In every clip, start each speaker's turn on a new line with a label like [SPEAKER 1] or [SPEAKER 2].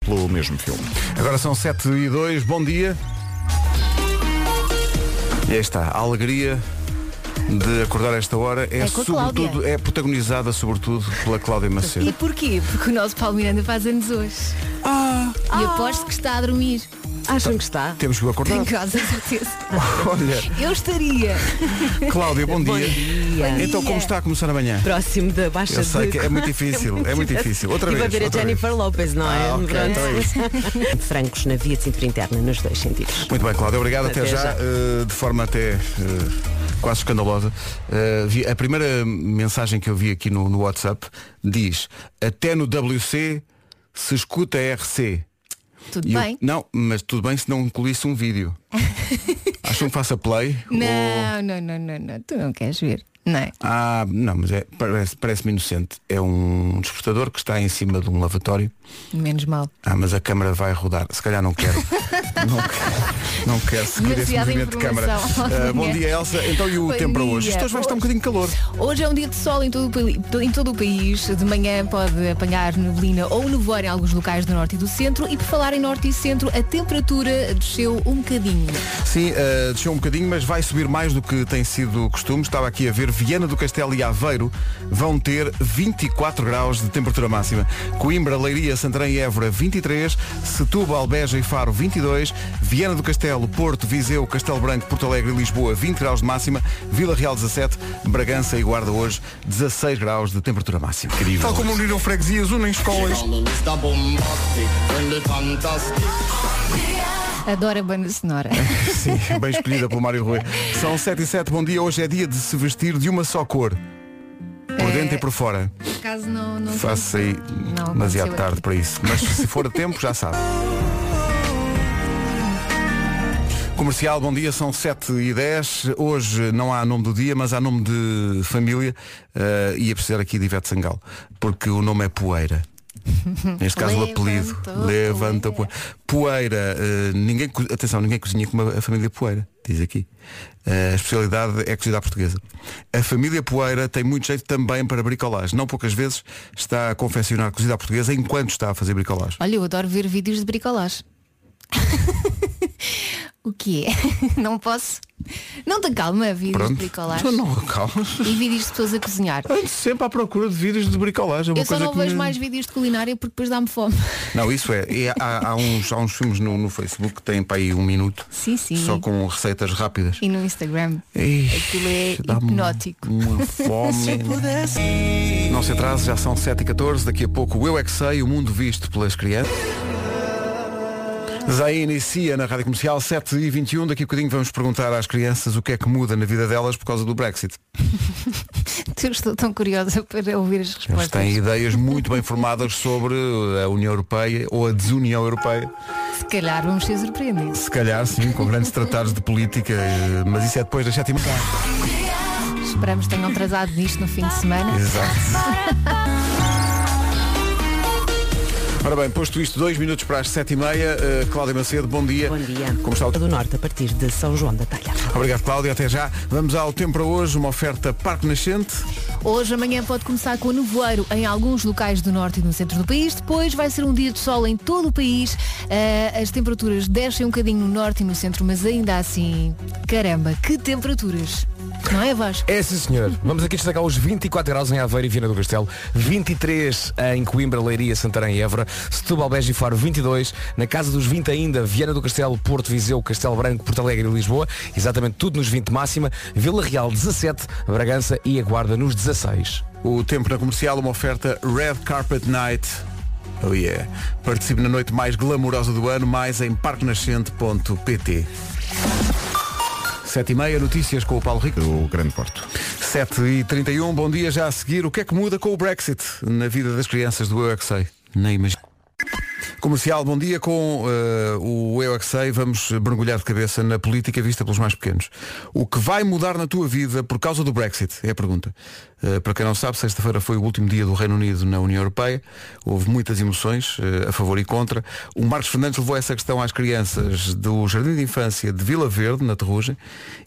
[SPEAKER 1] pelo mesmo filme. Agora são 7 e 2, bom dia. E aí está, a alegria de acordar a esta hora é,
[SPEAKER 2] É com a
[SPEAKER 1] sobretudo,
[SPEAKER 2] Cláudia.
[SPEAKER 1] é protagonizada sobretudo pela Cláudia
[SPEAKER 2] E
[SPEAKER 1] Macedo.
[SPEAKER 2] porquê? Porque o nosso Paulo Miranda faz anos hoje.
[SPEAKER 1] Ah.
[SPEAKER 2] E aposto que está a dormir.
[SPEAKER 3] Acham que está?
[SPEAKER 1] Temos que o acordar.
[SPEAKER 2] Tenho quase a certeza.
[SPEAKER 1] Olha,
[SPEAKER 2] Eu estaria.
[SPEAKER 1] Cláudia, bom dia.
[SPEAKER 2] dia.
[SPEAKER 1] Então como está a começar amanhã?
[SPEAKER 3] Próximo da Baixa
[SPEAKER 1] Eu sei
[SPEAKER 3] de-
[SPEAKER 1] que é muito difícil, é muito difícil. Outra
[SPEAKER 3] e
[SPEAKER 1] vez.
[SPEAKER 3] vai ver a
[SPEAKER 1] outra
[SPEAKER 3] Jennifer Lopez, não é?
[SPEAKER 1] Ah, ok,
[SPEAKER 3] Pronto.
[SPEAKER 1] então é isso.
[SPEAKER 3] Francos na via de cintura interna, nos dois sentidos.
[SPEAKER 1] Muito bem, Cláudia, obrigado até,
[SPEAKER 3] Até
[SPEAKER 1] já.
[SPEAKER 3] já.
[SPEAKER 1] Eh, de forma até eh, quase escandalosa. Eh, vi- a primeira mensagem que eu vi aqui no, no WhatsApp diz até no WC se escuta RC.
[SPEAKER 2] Tudo
[SPEAKER 1] E eu-
[SPEAKER 2] bem?
[SPEAKER 1] não, mas tudo bem se não incluísse um vídeo. Acham que faça play? Ou-
[SPEAKER 2] Não, não, não, não, não. Tu não queres ver. Não é?
[SPEAKER 1] Ah, não, mas é, parece- parece-me inocente. É um despertador que está em cima de um lavatório.
[SPEAKER 2] Menos mal.
[SPEAKER 1] Ah, mas a câmara vai rodar. Se calhar não quero. não, quero- não quero seguir esse
[SPEAKER 2] Demasiada
[SPEAKER 1] movimento de câmara.
[SPEAKER 2] informação.
[SPEAKER 1] Ah, bom dia, Elsa. Então e o
[SPEAKER 2] Bom
[SPEAKER 1] tempo para hoje?
[SPEAKER 2] dia.
[SPEAKER 1] Isto hoje vai estar um bocadinho de calor.
[SPEAKER 2] Hoje é um dia de sol em todo, o pa- em todo o país. De manhã pode apanhar neblina ou nevoeiro em alguns locais do norte e do centro. E por falar em norte e centro, a temperatura desceu um bocadinho.
[SPEAKER 1] Sim, ah, desceu um bocadinho, mas vai subir mais do que tem sido costume. Estava aqui a ver, Viana do Castelo e Aveiro vão ter 24 graus de temperatura máxima. Coimbra, Leiria, Santarém e Évora 23, Setúbal, Beja e Faro 22, Viana do Castelo, Porto, Viseu, Castelo Branco, Porto Alegre e Lisboa 20 graus de máxima, Vila Real 17, Bragança e Guarda hoje 16 graus de temperatura máxima. Incrível. Tal como uniram freguesias, unem escolas.
[SPEAKER 2] Adoro a banda sonora.
[SPEAKER 1] Sim, bem escolhida pelo Mário Rui. São 7 e 7, bom dia. Hoje é dia de se vestir de uma só cor. Por
[SPEAKER 2] É.
[SPEAKER 1] dentro e por fora.
[SPEAKER 2] Por acaso não, não
[SPEAKER 1] Faço aí
[SPEAKER 2] Não,
[SPEAKER 1] demasiado
[SPEAKER 2] aconteceu
[SPEAKER 1] tarde
[SPEAKER 2] aqui.
[SPEAKER 1] para isso. Mas se for a tempo, já sabe. Comercial, bom dia, são 7 e 10 Hoje não há nome do dia, mas há nome de família eh, E a precisar aqui de Ivete Sangal Porque o nome é Poeira Neste caso o apelido
[SPEAKER 2] Levantou
[SPEAKER 1] Levanta Poeira Poeira, eh, ninguém, co- atenção, ninguém cozinha como a, a família Poeira Diz aqui Eh, A especialidade é cozida à portuguesa A família Poeira tem muito jeito também para bricolagem Não poucas vezes está a confeccionar cozida à portuguesa Enquanto está a fazer bricolagem
[SPEAKER 2] Olha, eu adoro ver vídeos de bricolage. o que é? Não posso. Não te calma, vídeos de
[SPEAKER 1] Pronto,
[SPEAKER 2] bricolage.
[SPEAKER 1] Então não, calma
[SPEAKER 2] E vídeos de pessoas a cozinhar.
[SPEAKER 1] Ando sempre à procura de vídeos de bricolagem. é uma
[SPEAKER 2] Eu só
[SPEAKER 1] coisa
[SPEAKER 2] não
[SPEAKER 1] que
[SPEAKER 2] vejo
[SPEAKER 1] me-
[SPEAKER 2] mais vídeos de culinária porque depois dá-me fome.
[SPEAKER 1] Não, isso é. E há, há uns, há uns filmes no, no Facebook que têm para aí um minuto.
[SPEAKER 2] Sim, sim.
[SPEAKER 1] Só com receitas rápidas.
[SPEAKER 2] E no Instagram. Aquilo é
[SPEAKER 1] dá-me um-
[SPEAKER 2] hipnótico.
[SPEAKER 1] Uma fome. não se atrase, já são 7h14. Daqui a pouco o Eu É Que Sei, o mundo visto pelas crianças. Zayn inicia na Rádio Comercial 7h21. Daqui a bocadinho vamos perguntar às crianças o que é que muda na vida delas por causa do Brexit.
[SPEAKER 2] Eu estou tão curiosa para ouvir as
[SPEAKER 1] Eles
[SPEAKER 2] respostas.
[SPEAKER 1] têm ideias muito bem formadas sobre a União Europeia ou a desunião europeia.
[SPEAKER 2] Se calhar vamos ser surpreendidos.
[SPEAKER 1] Se calhar, sim, com grandes tratados de política, eh, mas isso é depois das sete e meia.
[SPEAKER 2] Esperamos que tenham trazado disto no fim de semana.
[SPEAKER 1] Exato. Ora bem, posto isto, dois minutos para as sete e meia. Eh, Cláudia Macedo, bom dia.
[SPEAKER 3] Bom dia.
[SPEAKER 1] Como está o...
[SPEAKER 3] Do Norte, a partir de São João da Talha.
[SPEAKER 1] Obrigado, Cláudia. Até já. Vamos ao tempo para hoje, uma oferta Parque Nascente.
[SPEAKER 2] Hoje, amanhã, pode começar com nevoeiro em alguns locais do norte e no centro do país. Depois vai ser um dia de sol em todo o país. Ah, as temperaturas descem um bocadinho no norte e no centro, mas ainda assim, caramba, que temperaturas. Não é, Vasco?
[SPEAKER 4] É sim senhor. Vamos aqui destacar os 24 graus em Aveiro e Viana do Castelo, 23 em Coimbra, Leiria, Santarém e Évora, Setúbal, Beja e Faro 22, na casa dos 20 ainda, Viana do Castelo, Porto, Viseu, Castelo Branco, Porto Alegre e Lisboa, exatamente tudo nos 20 máxima, Vila Real 17, Bragança e a Guarda nos 16.
[SPEAKER 1] O tempo na comercial, uma oferta Red Carpet Night. Oh yeah. Participe na noite mais glamourosa do ano, mais em parquenascente.pt. 7 e meia, notícias com o Paulo Rico.
[SPEAKER 5] do Grande Porto.
[SPEAKER 1] 7 e 31, bom dia já a seguir. O que é que muda com o Brexit na vida das crianças do Eu é Que Sei? Nem imagino. Comercial, bom dia com eh, o Eu é Que Sei. Vamos mergulhar de cabeça na política vista pelos mais pequenos. O que vai mudar na tua vida por causa do Brexit? É a pergunta. Eh, para quem não sabe, sexta-feira foi o último dia do Reino Unido na União Europeia. Houve muitas emoções eh, a favor e contra. O Marcos Fernandes levou essa questão às crianças do Jardim de Infância de Vila Verde, na Terrugem,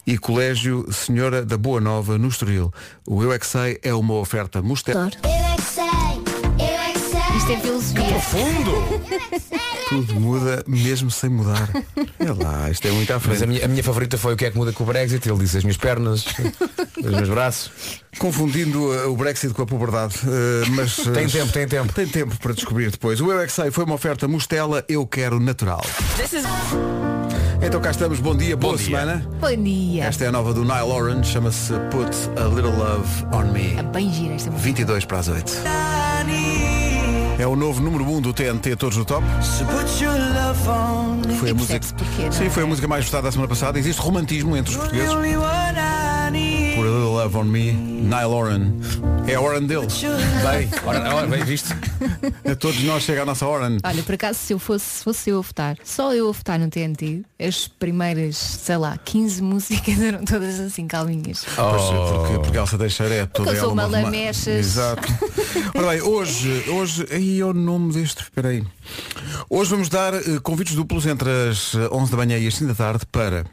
[SPEAKER 1] e Colégio Senhora da Boa Nova, no Estoril. O Eu é Que Sei é uma oferta mostra.
[SPEAKER 2] Adoro.
[SPEAKER 6] Eu é que sei, eu é que sei.
[SPEAKER 2] Isto é filosofia.
[SPEAKER 4] Fundo!
[SPEAKER 1] Tudo muda mesmo sem mudar. É lá, isto é muito à
[SPEAKER 4] Mas
[SPEAKER 1] frente.
[SPEAKER 4] a minha, a minha favorita foi o que é que muda com o Brexit. Ele disse as minhas pernas, os meus braços.
[SPEAKER 1] Confundindo uh, o Brexit com a puberdade. uh, mas, uh,
[SPEAKER 4] Tem tempo, tem tempo.
[SPEAKER 1] Tem tempo para descobrir depois. O Eu é Que Sei foi uma oferta Mostela, eu quero natural. Então cá estamos, bom dia, boa
[SPEAKER 4] dia.
[SPEAKER 1] semana.
[SPEAKER 2] Bom dia.
[SPEAKER 1] Esta é a nova do Nile Orange, chama-se Put a Little Love on Me.
[SPEAKER 2] É bem gira esta música.
[SPEAKER 1] 22 para as 8. É o novo número 1 do TNT Todos no Top. Foi a
[SPEAKER 2] E
[SPEAKER 1] música.
[SPEAKER 2] percebe-se porquê, não
[SPEAKER 1] Sim,
[SPEAKER 2] é?
[SPEAKER 1] foi a música mais votada da semana passada. Existe romantismo entre os portugueses. Por a Little Love on Me, Nile Oran. É a Oran dele.
[SPEAKER 4] Bem, ora, ora, bem Ah. visto.
[SPEAKER 1] A todos nós chega a nossa Oran.
[SPEAKER 2] Olha, por acaso, se eu fosse, se fosse eu a votar, só eu a votar no TNT, as primeiras, sei lá, 15 músicas eram todas assim calminhas.
[SPEAKER 1] Pois, é,
[SPEAKER 4] Oh.
[SPEAKER 1] Porque, porque Elsa Teixeira é toda
[SPEAKER 2] Porque eu
[SPEAKER 1] ela
[SPEAKER 2] sou uma
[SPEAKER 1] roma-
[SPEAKER 2] lamechas.
[SPEAKER 1] Exato. Ora bem, hoje, hoje, aí é o nome deste, espera aí. Hoje vamos dar eh, convites duplos entre as eh, 11 da manhã e as 5 da tarde para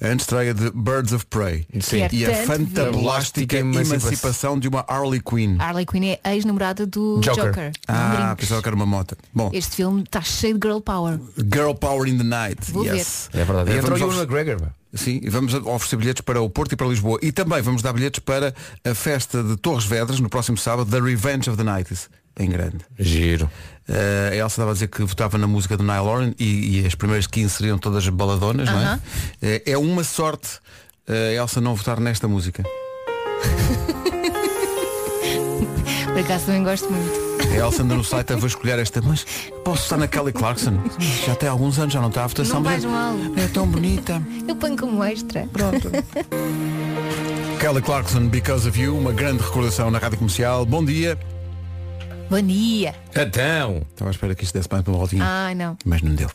[SPEAKER 1] a estreia de Birds of Prey
[SPEAKER 2] Sim.
[SPEAKER 1] e a
[SPEAKER 2] é Tanto
[SPEAKER 1] fantabulástica
[SPEAKER 4] ver.
[SPEAKER 1] emancipação de uma Harley Quinn.
[SPEAKER 2] A Harley Quinn é a ex-namorada do
[SPEAKER 4] Joker.
[SPEAKER 2] Joker. Não
[SPEAKER 1] Ah,
[SPEAKER 2] brinques.
[SPEAKER 1] pensava que era uma moto. Bom,
[SPEAKER 2] Este filme está cheio de girl power.
[SPEAKER 1] Girl Power in the Night.
[SPEAKER 2] Vou
[SPEAKER 1] yes.
[SPEAKER 4] É verdade. E
[SPEAKER 1] Eh,
[SPEAKER 4] entrou
[SPEAKER 1] vamos
[SPEAKER 4] o
[SPEAKER 1] oferecer-
[SPEAKER 4] Ewan McGregor. pá.
[SPEAKER 1] Sim, e vamos oferecer bilhetes para o Porto e para Lisboa. E também vamos dar bilhetes para a festa de Torres Vedras no próximo sábado, The Revenge of the Nights, em grande.
[SPEAKER 4] Giro.
[SPEAKER 1] Eh, a Elsa estava a dizer que votava na música do Nile Oren e, e as primeiras 15 seriam todas baladonas, não é?
[SPEAKER 2] Aham.
[SPEAKER 1] Eh, é uma sorte eh, a Elsa não votar nesta música.
[SPEAKER 2] Por acaso também gosto muito.
[SPEAKER 1] A Elsa anda no site a vasculhar esta, mas posso estar na Kelly Clarkson? Já tem alguns anos, já não está a votação.
[SPEAKER 2] Não
[SPEAKER 1] mas
[SPEAKER 2] vais mal.
[SPEAKER 1] é, é tão bonita.
[SPEAKER 2] Eu ponho como extra.
[SPEAKER 1] Pronto. Kelly Clarkson, Because of You, uma grande recordação na Rádio Comercial. Bom dia.
[SPEAKER 2] Bom dia.
[SPEAKER 4] Então.
[SPEAKER 1] Estava à espera que isto desse mais uma voltinha,
[SPEAKER 2] Ai, não.
[SPEAKER 1] mas não deu.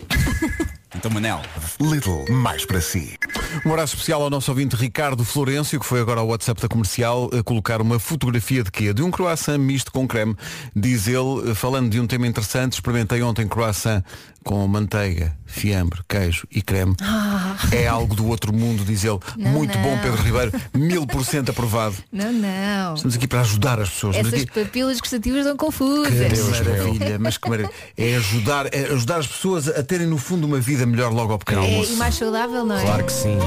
[SPEAKER 5] Então, Manel.
[SPEAKER 6] Little mais para si.
[SPEAKER 1] Um abraço especial ao nosso ouvinte Ricardo Florencio, que foi agora ao WhatsApp da comercial a colocar uma fotografia de quê? De um croissant misto com creme. Diz ele, eh, falando de um tema interessante, experimentei ontem croissant com manteiga, fiambre, queijo e creme. É algo do outro mundo, diz ele.
[SPEAKER 2] Ah. Não,
[SPEAKER 1] Muito
[SPEAKER 2] não.
[SPEAKER 1] bom, Pedro Ribeiro. Mil por cento aprovado.
[SPEAKER 2] Não, não.
[SPEAKER 1] Estamos aqui para ajudar as pessoas. mas
[SPEAKER 2] Essas
[SPEAKER 1] aqui-
[SPEAKER 2] papilas gustativas estão
[SPEAKER 1] Que
[SPEAKER 2] confusas.
[SPEAKER 1] maravilha, mas que maravilha. É ajudar, é ajudar as pessoas a terem no fundo uma vida melhor logo ao pequeno
[SPEAKER 2] É,
[SPEAKER 1] almoço.
[SPEAKER 2] e mais saudável, não é?
[SPEAKER 4] Claro que sim.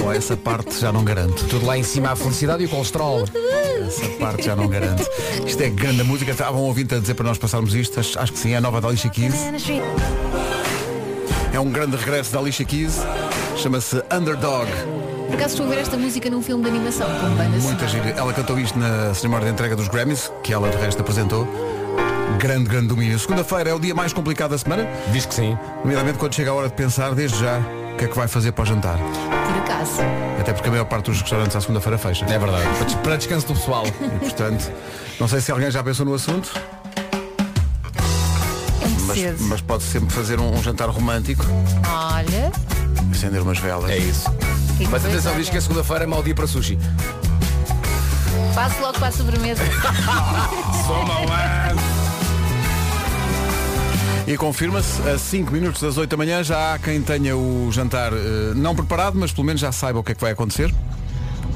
[SPEAKER 1] Bom, essa parte já não garanto.
[SPEAKER 4] Tudo lá em cima a felicidade e o colesterol.
[SPEAKER 1] Essa parte já não garanto. Isto é grande música. Estavam ouvindo a dizer para nós passarmos isto. Acho, acho que sim, é a nova da Alicia Keys. É um grande regresso da Alicia Keys. Chama-se Underdog.
[SPEAKER 2] Por acaso estou a ver esta música num filme de animação com banda
[SPEAKER 1] Muita
[SPEAKER 2] sonora.
[SPEAKER 1] gira. Ela cantou isto na cerimónia de entrega dos Grammys, que ela de resto apresentou. Grande, grande domínio. Segunda-feira é o dia mais complicado da semana,
[SPEAKER 4] Diz que sim.
[SPEAKER 1] nomeadamente quando chega a hora de pensar desde já o que é que vai fazer para o jantar.
[SPEAKER 2] Por acaso.
[SPEAKER 1] Até porque a maior parte dos restaurantes à segunda-feira fecha.
[SPEAKER 4] É verdade. Para des- Para descanso do pessoal.
[SPEAKER 1] E, portanto, não sei se alguém já pensou no assunto,
[SPEAKER 2] É muito
[SPEAKER 1] mas,
[SPEAKER 2] cedo.
[SPEAKER 1] mas pode sempre fazer um, um jantar romântico,
[SPEAKER 2] Olha.
[SPEAKER 1] acender umas velas.
[SPEAKER 4] É isso.
[SPEAKER 2] que
[SPEAKER 4] Mas
[SPEAKER 2] coisa,
[SPEAKER 4] atenção,
[SPEAKER 2] olha.
[SPEAKER 4] diz que a segunda-feira é mau dia para sushi.
[SPEAKER 2] Passo logo para a sobremesa.
[SPEAKER 1] E confirma-se, a 5 minutos das 8 da manhã já há quem tenha o jantar eh, não preparado, mas pelo menos já saiba o que é que vai acontecer.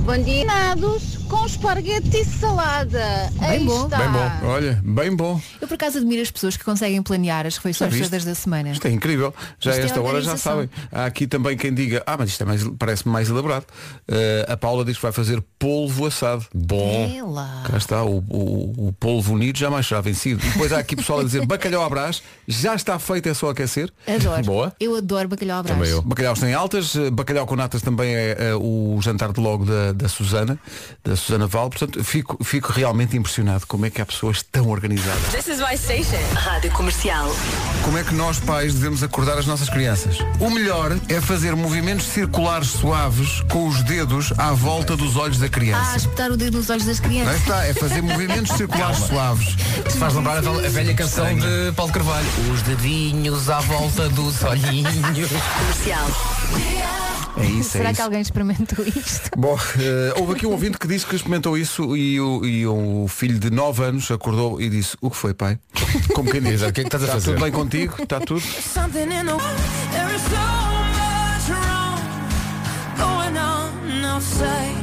[SPEAKER 7] Bom dia. Nados com esparguete e salada. Aí
[SPEAKER 2] bom.
[SPEAKER 7] está.
[SPEAKER 1] Bem bom, olha, bem bom.
[SPEAKER 2] Eu por acaso admiro as pessoas que conseguem planear as refeições
[SPEAKER 1] Já viste?
[SPEAKER 2] todas da semana.
[SPEAKER 1] Isto é incrível. Já
[SPEAKER 2] Isto
[SPEAKER 1] a
[SPEAKER 2] é
[SPEAKER 1] esta hora já sabem.
[SPEAKER 2] organização.
[SPEAKER 1] Há aqui também quem diga, ah, mas isto é mais, parece-me mais elaborado. Eh, a Paula diz que vai fazer polvo assado. Bom.
[SPEAKER 2] É lá.
[SPEAKER 1] Cá está, o, o, o polvo unido jamais será vencido. E Depois há aqui pessoal a dizer bacalhau à brás, já está feito, é só aquecer.
[SPEAKER 2] Adoro.
[SPEAKER 4] Boa.
[SPEAKER 2] Eu adoro bacalhau à brás.
[SPEAKER 4] Também eu.
[SPEAKER 1] Bacalhau sem altas, eh, bacalhau com natas também é eh, o jantar de logo da, da Susana, da Susana Val. Portanto, fico, fico realmente impressionado como é que há pessoas tão organizadas.
[SPEAKER 8] This is my station.
[SPEAKER 9] Rádio Comercial.
[SPEAKER 1] Como é que nós pais devemos acordar as nossas crianças? O melhor é fazer movimentos circulares suaves com os dedos à volta dos olhos da
[SPEAKER 2] Ah,
[SPEAKER 1] criança.
[SPEAKER 2] espetar o dedo nos olhos das
[SPEAKER 1] Não é que
[SPEAKER 2] crianças.
[SPEAKER 1] está, é fazer movimentos circulares suaves.
[SPEAKER 4] Se faz lembrar a vel- a velha canção de Paulo Carvalho. Os dedinhos à volta dos olhinhos.
[SPEAKER 9] Comercial.
[SPEAKER 1] É isso, é
[SPEAKER 2] Será
[SPEAKER 1] isso.
[SPEAKER 2] que alguém experimentou isto?
[SPEAKER 1] Bom, eh, houve aqui um ouvinte que disse que experimentou isso e o, e o filho de 9 anos acordou e disse, o que foi pai? Como quem diz,
[SPEAKER 4] O que é que estás a
[SPEAKER 1] está
[SPEAKER 4] fazer?"
[SPEAKER 1] tudo bem contigo? Está tudo?
[SPEAKER 10] Something in the there is so much wrong going on. No,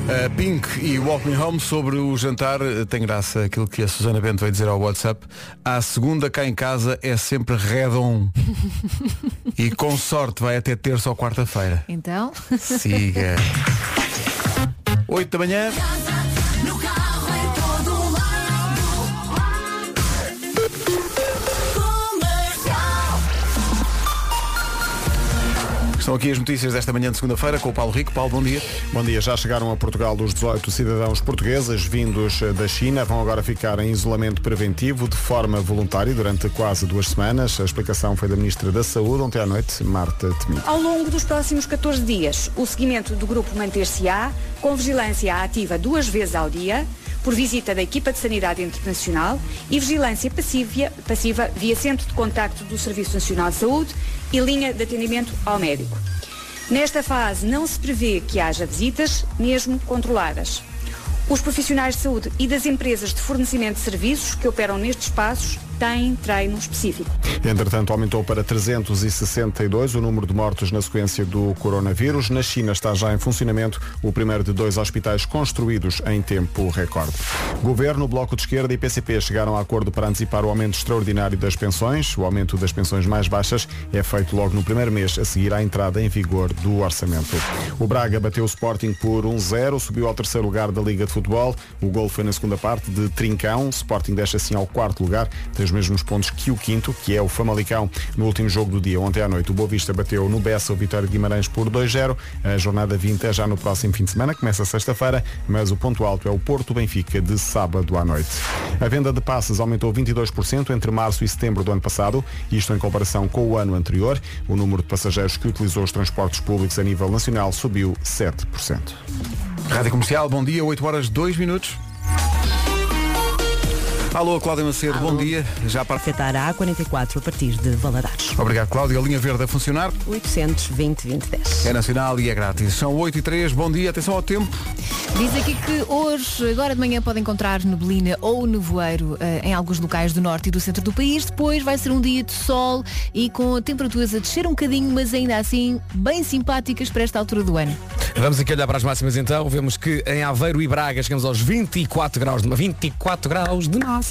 [SPEAKER 1] A Eh, Pink e Walk Me Home sobre o jantar eh, tem graça aquilo que a Susana Bento vai dizer ao WhatsApp. À segunda cá em casa é sempre redon. e com sorte vai até terça ou quarta-feira.
[SPEAKER 2] Então,
[SPEAKER 1] Siga. 8 da manhã. Estão aqui as notícias desta manhã de segunda-feira com o Paulo Rico. Paulo, bom dia.
[SPEAKER 5] Bom dia, já chegaram a Portugal os 18 cidadãos portugueses vindos da China. Vão agora ficar em isolamento preventivo de forma voluntária durante quase duas semanas. A explicação foi da Ministra da Saúde ontem à noite, Marta Temido.
[SPEAKER 8] Ao longo dos próximos 14 dias, o seguimento do grupo manter-se-á, com vigilância ativa duas vezes ao dia, por visita da equipa de sanidade internacional e vigilância passiva, passiva via centro de contacto do Serviço Nacional de Saúde e linha de atendimento ao médico. Nesta fase não se prevê que haja visitas, mesmo controladas. Os profissionais de saúde e das empresas de fornecimento de serviços que operam nestes espaços têm treino específico.
[SPEAKER 5] Entretanto, aumentou para 362 o número de mortos na sequência do coronavírus. Na China está já em funcionamento o primeiro de dois hospitais construídos em tempo recorde. Governo, Bloco de Esquerda e PCP chegaram a acordo para antecipar o aumento extraordinário das pensões. O aumento das pensões mais baixas é feito logo no primeiro mês a seguir à entrada em vigor do orçamento. O Braga bateu o Sporting por 1-0, subiu ao terceiro lugar da Liga de Futebol. O gol foi na segunda parte de Trincão. Sporting desce assim ao quarto lugar, tem os mesmos pontos que o quinto, que é o Famalicão, no último jogo do dia. Ontem à noite, o Boa Vista bateu no Bessa o Vitória de Guimarães por 2-0. A jornada 20 é já no próximo fim de semana, começa sexta-feira, mas o ponto alto é o Porto Benfica de sábado à noite. A venda de passes aumentou 22% entre março e setembro do ano passado, isto em comparação com o ano anterior. O número de passageiros que utilizou os transportes públicos a nível nacional subiu 7%.
[SPEAKER 1] Rádio Comercial, bom dia, 8 horas 2 minutos. Alô, Cláudia Macedo, bom dia. Já para...
[SPEAKER 3] Afetar a A44 a partir de Valadares.
[SPEAKER 1] Obrigado, Cláudia. A linha verde a funcionar.
[SPEAKER 3] 820 2010.
[SPEAKER 1] É nacional e é grátis. São 8 e 3, bom dia, atenção ao tempo.
[SPEAKER 2] diz aqui que hoje, agora de manhã, pode encontrar neblina ou nevoeiro eh, em alguns locais do norte e do centro do país. Depois vai ser um dia de sol e com temperaturas a descer um bocadinho, mas ainda assim bem simpáticas para esta altura do ano.
[SPEAKER 4] Vamos aqui olhar para as máximas então. Vemos que em Aveiro e Braga chegamos aos 24 graus de 24 graus de máxima.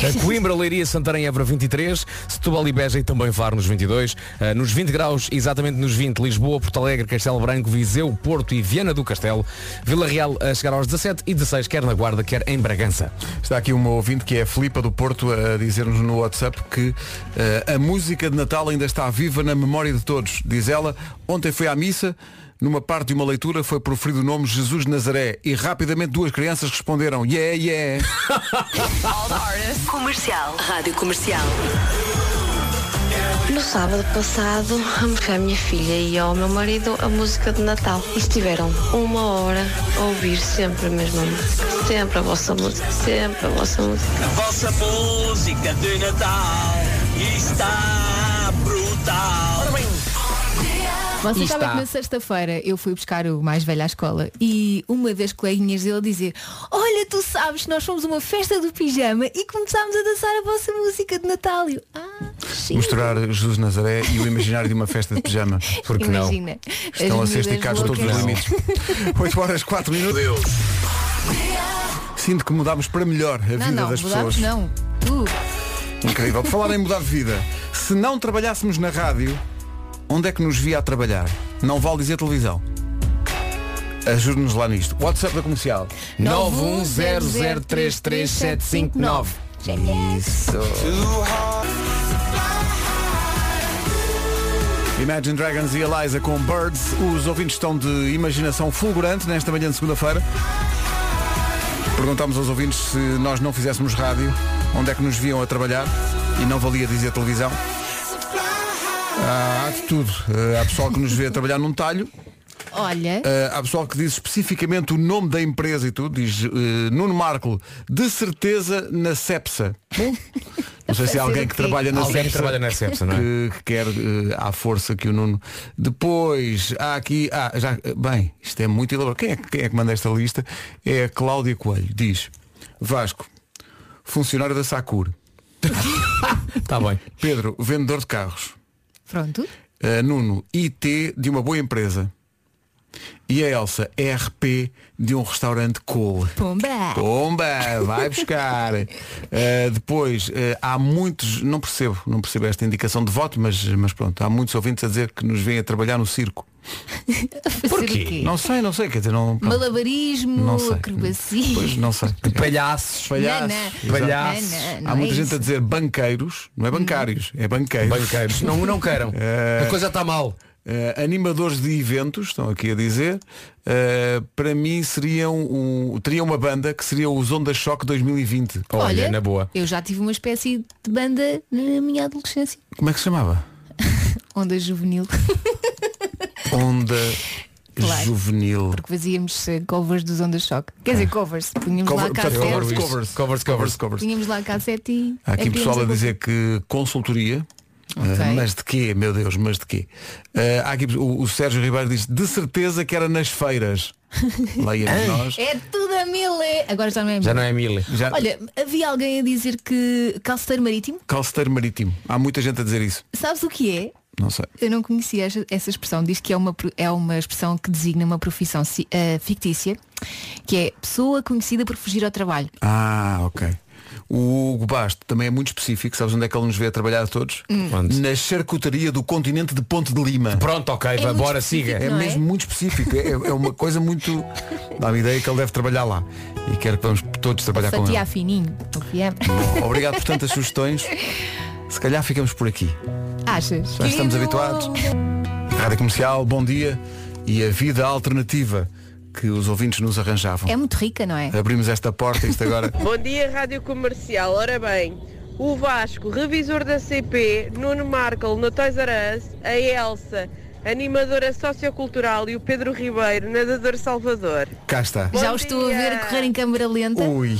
[SPEAKER 4] A Coimbra, Leiria, Santarém e Évora 23, Setúbal e Beja e também Faro nos 22. Ah, Nos 20 graus, exatamente nos 20, Lisboa, Porto Alegre, Castelo Branco, Viseu, Porto e Viana do Castelo. Vila Real a chegar aos 17 e 16, quer na Guarda, quer em Bragança.
[SPEAKER 1] Está aqui uma ouvinte que é a Filipa do Porto a dizer-nos no WhatsApp que eh, a música de Natal ainda está viva na memória de todos. Diz ela, ontem foi à missa, numa parte de uma leitura foi proferido o nome Jesus de Nazaré e rapidamente duas crianças responderam yeah, yeah.
[SPEAKER 9] Comercial. Rádio Comercial.
[SPEAKER 10] No sábado passado, amorcei a minha filha e ao meu marido a música de Natal. E estiveram uma hora a ouvir sempre a mesma música. Sempre a vossa música, sempre a vossa música.
[SPEAKER 11] A vossa música de Natal está brutal.
[SPEAKER 2] Você
[SPEAKER 4] E
[SPEAKER 2] estava
[SPEAKER 4] está.
[SPEAKER 2] que na sexta-feira eu fui buscar o mais velho à escola e uma das coleguinhas dele dizia Olha, tu sabes que nós fomos a uma festa do pijama e começámos a dançar a vossa música de Natal. E eu, ah, sim.
[SPEAKER 1] Mostrar Jesus de Nazaré e o imaginário de uma festa de pijama. Porque
[SPEAKER 2] Imagina.
[SPEAKER 1] não? Estão a
[SPEAKER 2] As
[SPEAKER 1] ser
[SPEAKER 2] miúdas
[SPEAKER 1] esticados todos os
[SPEAKER 2] loucas.
[SPEAKER 1] limites. 8 horas 4 minutos. Sinto que mudámos para melhor a vida
[SPEAKER 2] Não, não,
[SPEAKER 1] das pessoas.
[SPEAKER 2] mudámos não. Tu,
[SPEAKER 1] Incrível. Por falar em mudar de vida, se não trabalhássemos na rádio, onde é que nos via a trabalhar? Não vale dizer televisão. Ajude-nos lá nisto. WhatsApp da comercial.
[SPEAKER 4] 910033759. Isso.
[SPEAKER 1] Imagine Dragons e Eliza com Birds. Os ouvintes estão de imaginação fulgurante nesta manhã de segunda-feira. Perguntámos aos ouvintes se nós não fizéssemos rádio, onde é que nos viam a trabalhar e não valia dizer televisão. Ah, há de tudo. Ah, há pessoal que nos vê a trabalhar num talho,
[SPEAKER 2] olha,
[SPEAKER 1] Uh, há pessoal que diz especificamente o nome da empresa e tudo. Diz uh, Nuno Marco, de certeza na Cepsa. Não sei se há alguém que trabalha na
[SPEAKER 4] Alguém que
[SPEAKER 1] Cepsa.
[SPEAKER 4] trabalha na Cepsa, não é?
[SPEAKER 1] Que, que quer uh, à força que o Nuno. Depois há aqui. Ah, já, bem, isto é muito elaborado. Quem é, que- quem é que manda esta lista? É a Cláudia Coelho. Diz Vasco, funcionário da Sacur.
[SPEAKER 4] Está Tá bem.
[SPEAKER 1] Pedro, vendedor de carros. Eh,
[SPEAKER 2] pronto.
[SPEAKER 1] Uh, Nuno, IT de uma boa empresa. E a Elsa, RP de um restaurante cool.
[SPEAKER 2] Pumba!
[SPEAKER 1] Pomba, vai buscar. Uh, depois, uh, há muitos, não percebo, não percebo esta indicação de voto, mas, mas pronto, há muitos ouvintes a dizer que nos vêm a trabalhar no circo.
[SPEAKER 2] Fazer o quê?
[SPEAKER 1] Não sei, não sei, quer dizer, não. pronto.
[SPEAKER 2] Malabarismo,
[SPEAKER 1] Não sei.
[SPEAKER 2] acrobacia.
[SPEAKER 1] Pois, não sei.
[SPEAKER 4] Palhaços.
[SPEAKER 1] Palhaços.
[SPEAKER 2] Não, não.
[SPEAKER 4] Palhaços.
[SPEAKER 2] Não, não, não
[SPEAKER 1] Há muita
[SPEAKER 2] é
[SPEAKER 1] gente
[SPEAKER 2] isso. Uhum.
[SPEAKER 1] a dizer banqueiros, não é bancários, é banqueiros.
[SPEAKER 4] Banqueiros. Não, não queiram. A coisa
[SPEAKER 1] tá
[SPEAKER 4] está mal.
[SPEAKER 1] Eh, animadores de eventos, estão aqui a dizer, eh, para mim seriam um, teria uma banda que seria os Onda Choque 2020.
[SPEAKER 4] Olha, na boa.
[SPEAKER 2] Eu já tive uma espécie de banda na minha adolescência.
[SPEAKER 1] Como é que se chamava?
[SPEAKER 2] Onda juvenil.
[SPEAKER 1] Onda
[SPEAKER 2] Claro.
[SPEAKER 1] Juvenil.
[SPEAKER 2] Porque fazíamos eh, covers dos Onda Choque. Quer dizer, covers. Punhamos lá a
[SPEAKER 1] Cover- portanto,
[SPEAKER 2] cassete.
[SPEAKER 1] covers, covers,
[SPEAKER 4] Covers,
[SPEAKER 1] covers,
[SPEAKER 4] covers.
[SPEAKER 1] covers.
[SPEAKER 2] Punhamos lá a cassete e. é
[SPEAKER 1] Há aqui um
[SPEAKER 2] abríamos
[SPEAKER 1] pessoal a
[SPEAKER 2] boca.
[SPEAKER 1] dizer que consultoria. Ah, mas de quê, meu Deus, mas de quê? Ah, há aqui, o, o Sérgio Ribeiro diz, de certeza que era nas feiras. Leia nós.
[SPEAKER 2] É tudo a mil. é. Agora já não é mil.
[SPEAKER 4] Já não é mil.
[SPEAKER 1] Já,
[SPEAKER 2] Olha, havia alguém a dizer que calceteiro marítimo?
[SPEAKER 1] Calceteiro marítimo. Há muita gente a dizer isso.
[SPEAKER 2] Sabes o que é?
[SPEAKER 1] Não sei.
[SPEAKER 2] Eu não conhecia essa, essa expressão. Diz que é uma, pro- é uma expressão que designa uma profissão ci- eh, fictícia, que é pessoa conhecida por fugir ao trabalho.
[SPEAKER 1] Ah, ok. O Hugo Basto também é muito específico. Sabes onde é que ele nos vê a trabalhar a todos?
[SPEAKER 4] Onde?
[SPEAKER 1] Na charcutaria do continente de Ponte de Lima.
[SPEAKER 4] Pronto, ok, vai,
[SPEAKER 2] muito
[SPEAKER 4] bora,
[SPEAKER 2] específico.
[SPEAKER 4] siga.
[SPEAKER 1] É
[SPEAKER 2] Não é?
[SPEAKER 1] mesmo muito específico. É, é uma coisa muito. Dá-me ideia que ele deve trabalhar lá. E quero que vamos todos trabalhar com Hum.
[SPEAKER 2] Fatiar
[SPEAKER 1] ele.
[SPEAKER 2] fininho, é? confiamos.
[SPEAKER 1] Obrigado por tantas sugestões. Se calhar ficamos por aqui.
[SPEAKER 2] Achas?
[SPEAKER 1] Já estamos habituados. Rádio Comercial, bom dia. E a vida alternativa que os ouvintes nos arranjavam.
[SPEAKER 2] É muito rica, não é?
[SPEAKER 1] Abrimos esta porta, isto agora.
[SPEAKER 9] Bom dia, Rádio Comercial. Ora bem, o Vasco, revisor da CP, Nuno Markle no Toys R Us, a Elsa, animadora sociocultural e o Pedro Ribeiro, nadador Salvador.
[SPEAKER 1] Cá está.
[SPEAKER 2] Já
[SPEAKER 9] Bom
[SPEAKER 2] o estou a
[SPEAKER 9] dia.
[SPEAKER 2] ver correr em câmara lenta,
[SPEAKER 1] Ui.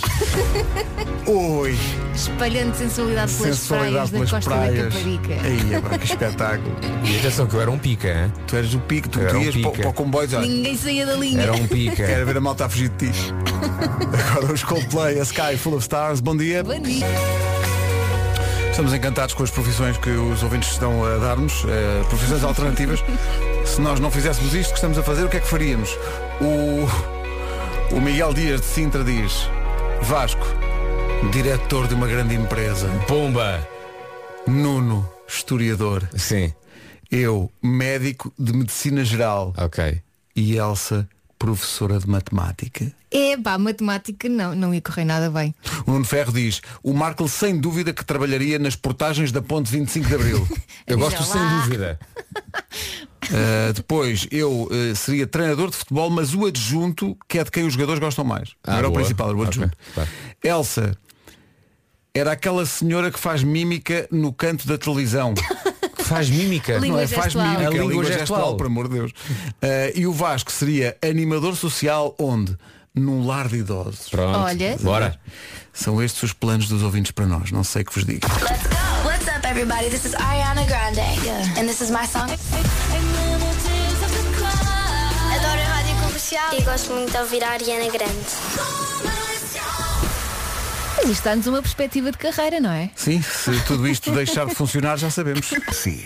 [SPEAKER 1] Ui.
[SPEAKER 2] espalhando sensualidade pelas
[SPEAKER 1] Sensualidade
[SPEAKER 2] praias da
[SPEAKER 1] pelas
[SPEAKER 2] costa
[SPEAKER 1] praias.
[SPEAKER 2] da Caparica.
[SPEAKER 1] Aí, é pá, que espetáculo.
[SPEAKER 4] E atenção que eu era um pica, hein?
[SPEAKER 1] Tu eras o pico, tu
[SPEAKER 4] Era um
[SPEAKER 1] ias para, o-
[SPEAKER 4] pica.
[SPEAKER 1] para o comboio já.
[SPEAKER 2] Ninguém saía da linha.
[SPEAKER 4] Era um pica.
[SPEAKER 1] Quero ver a malta a fugir de ti. Agora os Coldplay, a Sky Full of Stars. Bom dia.
[SPEAKER 2] Bom dia.
[SPEAKER 1] Estamos encantados com as profissões que os ouvintes estão a dar-nos, eh, profissões alternativas. Se nós não fizéssemos isto que estamos a fazer, o que é que faríamos? O, o Miguel Dias de Sintra diz, Vasco, diretor de uma grande empresa.
[SPEAKER 4] Pumba.
[SPEAKER 1] Nuno, historiador.
[SPEAKER 4] Sim,
[SPEAKER 1] Eu, médico de medicina geral.
[SPEAKER 4] ok.
[SPEAKER 1] E Elsa, professora de matemática.
[SPEAKER 2] É pá, matemática não, não ia correr nada bem.
[SPEAKER 1] O Nuno Ferro diz, o Marco sem dúvida que trabalharia nas portagens da ponte 25 de Abril.
[SPEAKER 4] Eu
[SPEAKER 2] Diz
[SPEAKER 4] gosto
[SPEAKER 2] lá.
[SPEAKER 4] sem dúvida.
[SPEAKER 1] Uh, depois, eu uh, seria treinador de futebol, mas o adjunto, que é de quem os jogadores gostam mais. Não
[SPEAKER 4] Ah,
[SPEAKER 1] era o
[SPEAKER 4] boa.
[SPEAKER 1] principal, era o
[SPEAKER 4] Ok, tá.
[SPEAKER 1] adjunto.
[SPEAKER 4] claro.
[SPEAKER 1] Elsa, era aquela senhora que faz mímica no canto da televisão.
[SPEAKER 4] Que Faz mímica.
[SPEAKER 2] Língua
[SPEAKER 1] Não é, faz
[SPEAKER 2] gestual.
[SPEAKER 1] mímica, é
[SPEAKER 4] A
[SPEAKER 1] língua,
[SPEAKER 4] língua
[SPEAKER 1] gestual,
[SPEAKER 4] gestual,
[SPEAKER 1] por amor de Deus. Uh, e o Vasco seria animador social onde? Num lar de idosos.
[SPEAKER 4] Pronto.
[SPEAKER 2] Olha.
[SPEAKER 4] Bora.
[SPEAKER 1] São estes os planos dos ouvintes para nós, não sei o que vos digo.
[SPEAKER 12] What's up, everybody? This is Ariana Grande. And this is my song. Adoro a rádio comercial. E gosto muito de ouvir a Ariana Grande.
[SPEAKER 2] Mas isto dá-nos uma perspectiva de carreira, não é?
[SPEAKER 1] Sim, se tudo isto deixar de funcionar, já sabemos.
[SPEAKER 6] Sim.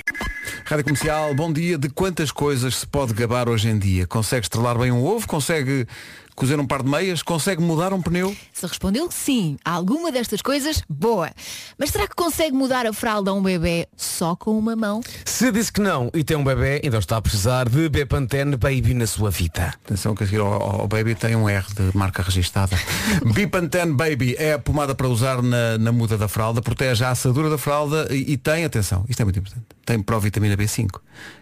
[SPEAKER 1] Rádio Comercial, bom dia. De quantas coisas se pode gabar hoje em dia? Consegue estrelar bem um ovo? Consegue cozer um par de meias? Consegue mudar um pneu?
[SPEAKER 2] Se respondeu que sim, a alguma destas coisas, boa. Mas será que consegue mudar a fralda a um bebê só com uma mão?
[SPEAKER 4] Se disse que não e tem um bebê, então está a precisar de Bepantene Baby na sua vida.
[SPEAKER 1] Atenção que a seguir ao, ao Baby tem um R de marca registada. Bipanten Baby é a pomada para usar na, na muda da fralda, protege a assadura da fralda e, e tem, atenção, isto é muito importante, tem provitamina B5,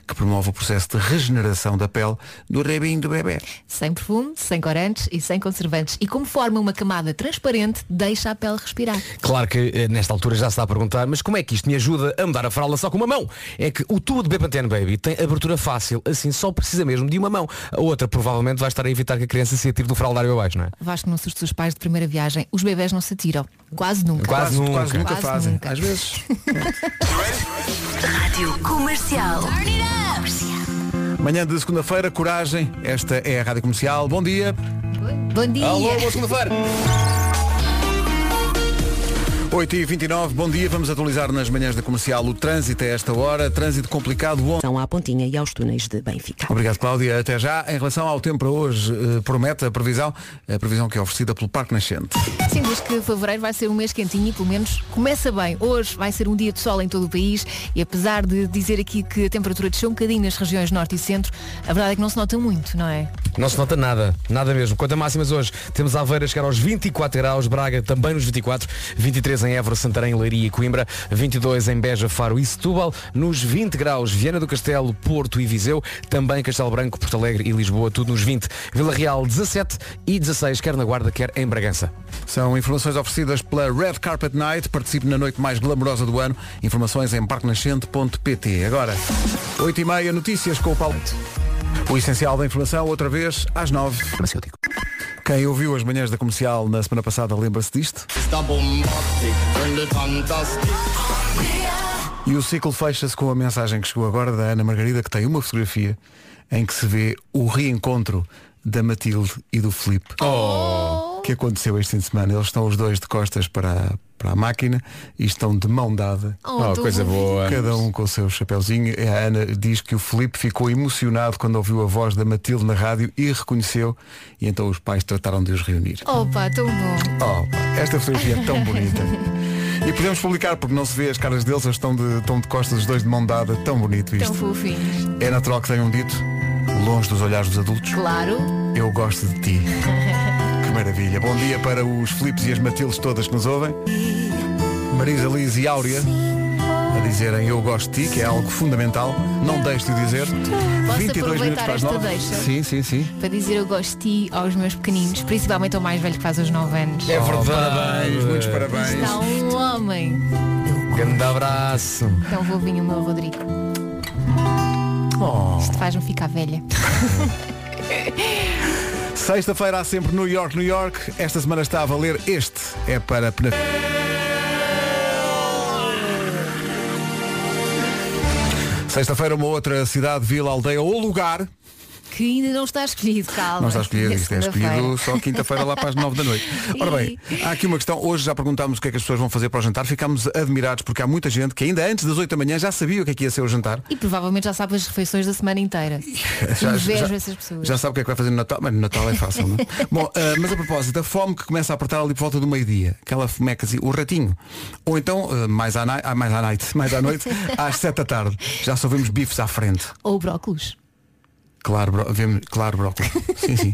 [SPEAKER 1] que promove o processo de regeneração da pele do rebinho do bebê.
[SPEAKER 2] Sem perfume, sem corantes e sem conservantes. E como forma uma camada transparente, deixa a pele respirar.
[SPEAKER 4] Claro que eh, nesta altura já se está a perguntar, mas como é que isto me ajuda a mudar a fralda só com uma mão? É que o tubo de Bepantene Baby tem abertura fácil, assim só precisa mesmo de uma mão. A outra provavelmente vai estar a evitar que a criança se atire do fraldário abaixo, não é?
[SPEAKER 2] Vasco não assusta os pais de primeira viagem. Os bebés não se atiram. Quase nunca.
[SPEAKER 4] Quase nunca.
[SPEAKER 1] quase nunca
[SPEAKER 2] Quase
[SPEAKER 1] fazem.
[SPEAKER 2] nunca.
[SPEAKER 1] Às vezes.
[SPEAKER 12] Rádio comercial.
[SPEAKER 1] Manhã de segunda-feira, coragem. Esta é a Rádio Comercial. Bom dia.
[SPEAKER 2] Bom dia.
[SPEAKER 4] segunda-feira!
[SPEAKER 1] 8h29, bom dia. Vamos atualizar nas manhãs da comercial o trânsito a esta hora. Trânsito complicado ontem.
[SPEAKER 3] São à Pontinha e aos túneis de Benfica.
[SPEAKER 1] Obrigado, Cláudia. Até já. Em relação ao tempo para hoje, eh, promete a previsão, a previsão que é oferecida pelo Parque Nascente.
[SPEAKER 2] Sim, diz que fevereiro vai ser um mês quentinho e pelo menos começa bem. Hoje vai ser um dia de sol em todo o país e apesar de dizer aqui que a temperatura desceu um bocadinho nas regiões norte e centro, a verdade é que não se nota muito, não é?
[SPEAKER 4] Não se nota nada, nada mesmo. Quanto a máximas hoje, temos Aveira a chegar aos 24 graus, Braga também nos 24, 23 em Évora, Santarém, Leiria e Coimbra, 22 em Beja, Faro e Setúbal, nos 20 graus, Viana do Castelo, Porto e Viseu, também Castelo Branco, Porto Alegre e Lisboa, tudo nos 20, Vila Real 17 e 16, quer na Guarda, quer em Bragança.
[SPEAKER 1] São informações oferecidas pela Red Carpet Night. Participe na noite mais glamourosa do ano. Informações em parquenascente.pt. Agora, 8h30, notícias com o Paulo. O essencial da informação, outra vez, às 9 Quem ouviu as manhãs da comercial na semana passada lembra-se disto? E o ciclo fecha-se com a mensagem que chegou agora da Ana Margarida, que tem uma fotografia em que se vê o reencontro da Matilde e do Filipe. Que aconteceu este fim de semana. Eles estão os dois de costas para a, para a máquina e estão de mão dada.
[SPEAKER 4] Oh, Oh, tão coisa fofinho. boa.
[SPEAKER 1] Cada um com o seu chapéuzinho. É A Ana diz que o Filipe ficou emocionado quando ouviu a voz da Matilde na rádio e reconheceu. E então os pais trataram de os reunir.
[SPEAKER 2] Opa, tão bom.
[SPEAKER 1] Oh, pá, esta fotografia é tão bonita. E podemos publicar porque não se vê as caras deles, eles estão de, estão de costas, os dois de mão dada, tão bonito
[SPEAKER 2] Tão
[SPEAKER 1] isto.
[SPEAKER 2] fofinhos.
[SPEAKER 1] É natural que tenham dito, longe dos olhares dos adultos,
[SPEAKER 2] Claro.
[SPEAKER 1] eu gosto de ti. Que maravilha. Bom dia para os Filipes e as Matildes todas que nos ouvem. Marisa Liz e Áurea a dizerem eu gosto de ti, que é algo fundamental. Não deixe de o dizer.
[SPEAKER 2] Posso
[SPEAKER 1] 22 minutos
[SPEAKER 2] aproveitar
[SPEAKER 1] para as
[SPEAKER 2] esta
[SPEAKER 1] 9.
[SPEAKER 2] deixa?
[SPEAKER 1] Sim, sim, sim.
[SPEAKER 2] Para dizer eu gosto de ti aos meus pequeninos, principalmente ao mais velho que faz os 9 anos.
[SPEAKER 4] É verdade.
[SPEAKER 1] parabéns, muitos parabéns.
[SPEAKER 2] Está um homem.
[SPEAKER 4] Grande abraço.
[SPEAKER 2] Então vou vir o meu Rodrigo.
[SPEAKER 1] Oh.
[SPEAKER 2] Isto faz-me ficar velha.
[SPEAKER 1] Sexta-feira há sempre New York, New York. Esta semana está a valer este. É para Pena- Sexta-feira uma outra cidade, vila, aldeia ou lugar.
[SPEAKER 2] Que ainda não está escolhido, calma.
[SPEAKER 1] Não está escolhido,
[SPEAKER 2] É
[SPEAKER 1] isto é
[SPEAKER 2] segunda-feira.
[SPEAKER 1] escolhido só quinta-feira lá para as nove da noite. Ora bem, há aqui uma questão, hoje já perguntámos o que é que as pessoas vão fazer para o jantar, ficámos admirados porque há muita gente que ainda antes das oito da manhã já sabia o que é que ia ser o jantar.
[SPEAKER 2] E provavelmente já sabe as refeições da semana inteira.
[SPEAKER 1] Já-
[SPEAKER 2] Invejo
[SPEAKER 1] já-
[SPEAKER 2] essas pessoas.
[SPEAKER 1] Já sabe o que é que vai fazer no Natal, mas no Natal é fácil, não é? Bom, ah, mas a propósito, a fome que começa a apertar ali por volta do meio-dia, aquela fomeca assim, o ratinho. Ou então, ah, mais, à nai- ah, mais à noite, mais à noite, às sete da tarde, já só vemos bifes à frente.
[SPEAKER 2] Ou brócolos.
[SPEAKER 1] Claro, bro, vemos, claro, brócolis. Sim, sim.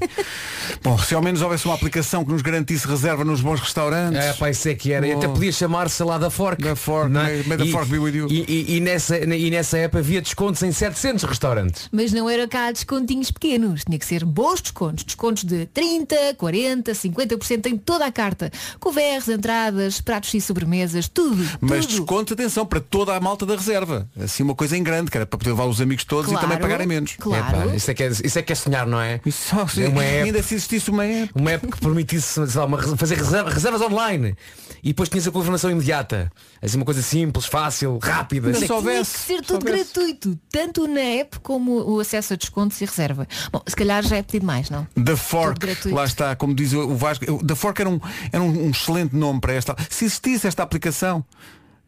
[SPEAKER 1] Bom, se ao menos houvesse uma aplicação que nos garantisse reserva nos bons restaurantes.
[SPEAKER 4] É, pá, isso é que era.
[SPEAKER 1] Oh.
[SPEAKER 4] Até podia chamar Salada Fork. Da Fork, não é?
[SPEAKER 1] may the fork be with you.
[SPEAKER 4] E, e- e nessa, e nessa app havia descontos em 700 restaurantes.
[SPEAKER 2] Mas não era cá descontinhos pequenos, tinha que ser bons descontos, descontos de 30, 40, 50% em toda a carta. Couverres, entradas, pratos e sobremesas, tudo.
[SPEAKER 1] Mas
[SPEAKER 2] tudo.
[SPEAKER 1] desconto, atenção, para toda a malta da reserva. Assim uma coisa em grande, que era para poder levar os amigos todos
[SPEAKER 2] Claro,
[SPEAKER 1] e também pagarem menos.
[SPEAKER 2] claro.
[SPEAKER 4] Epá, isso, é que é, isso é que é sonhar, não é?
[SPEAKER 1] Isso,
[SPEAKER 4] é uma app,
[SPEAKER 1] Ainda se existisse uma app.
[SPEAKER 4] uma app que permitisse sei lá, uma res- fazer reserva- reservas online. E depois tinhas a confirmação imediata. Assim, uma coisa simples, fácil, rápida.
[SPEAKER 2] Mas
[SPEAKER 4] Isso é que-
[SPEAKER 2] tinha que ser tudo gratuito, tanto na app como o acesso a descontos e reserva. Bom, se calhar já é pedido mais, não?
[SPEAKER 1] The
[SPEAKER 2] Tudo
[SPEAKER 1] Fork,
[SPEAKER 2] gratuito.
[SPEAKER 1] lá está, como diz o o Vasco, eu- The Fork era um, era um, um excelente nome para esta. Se existisse esta aplicação,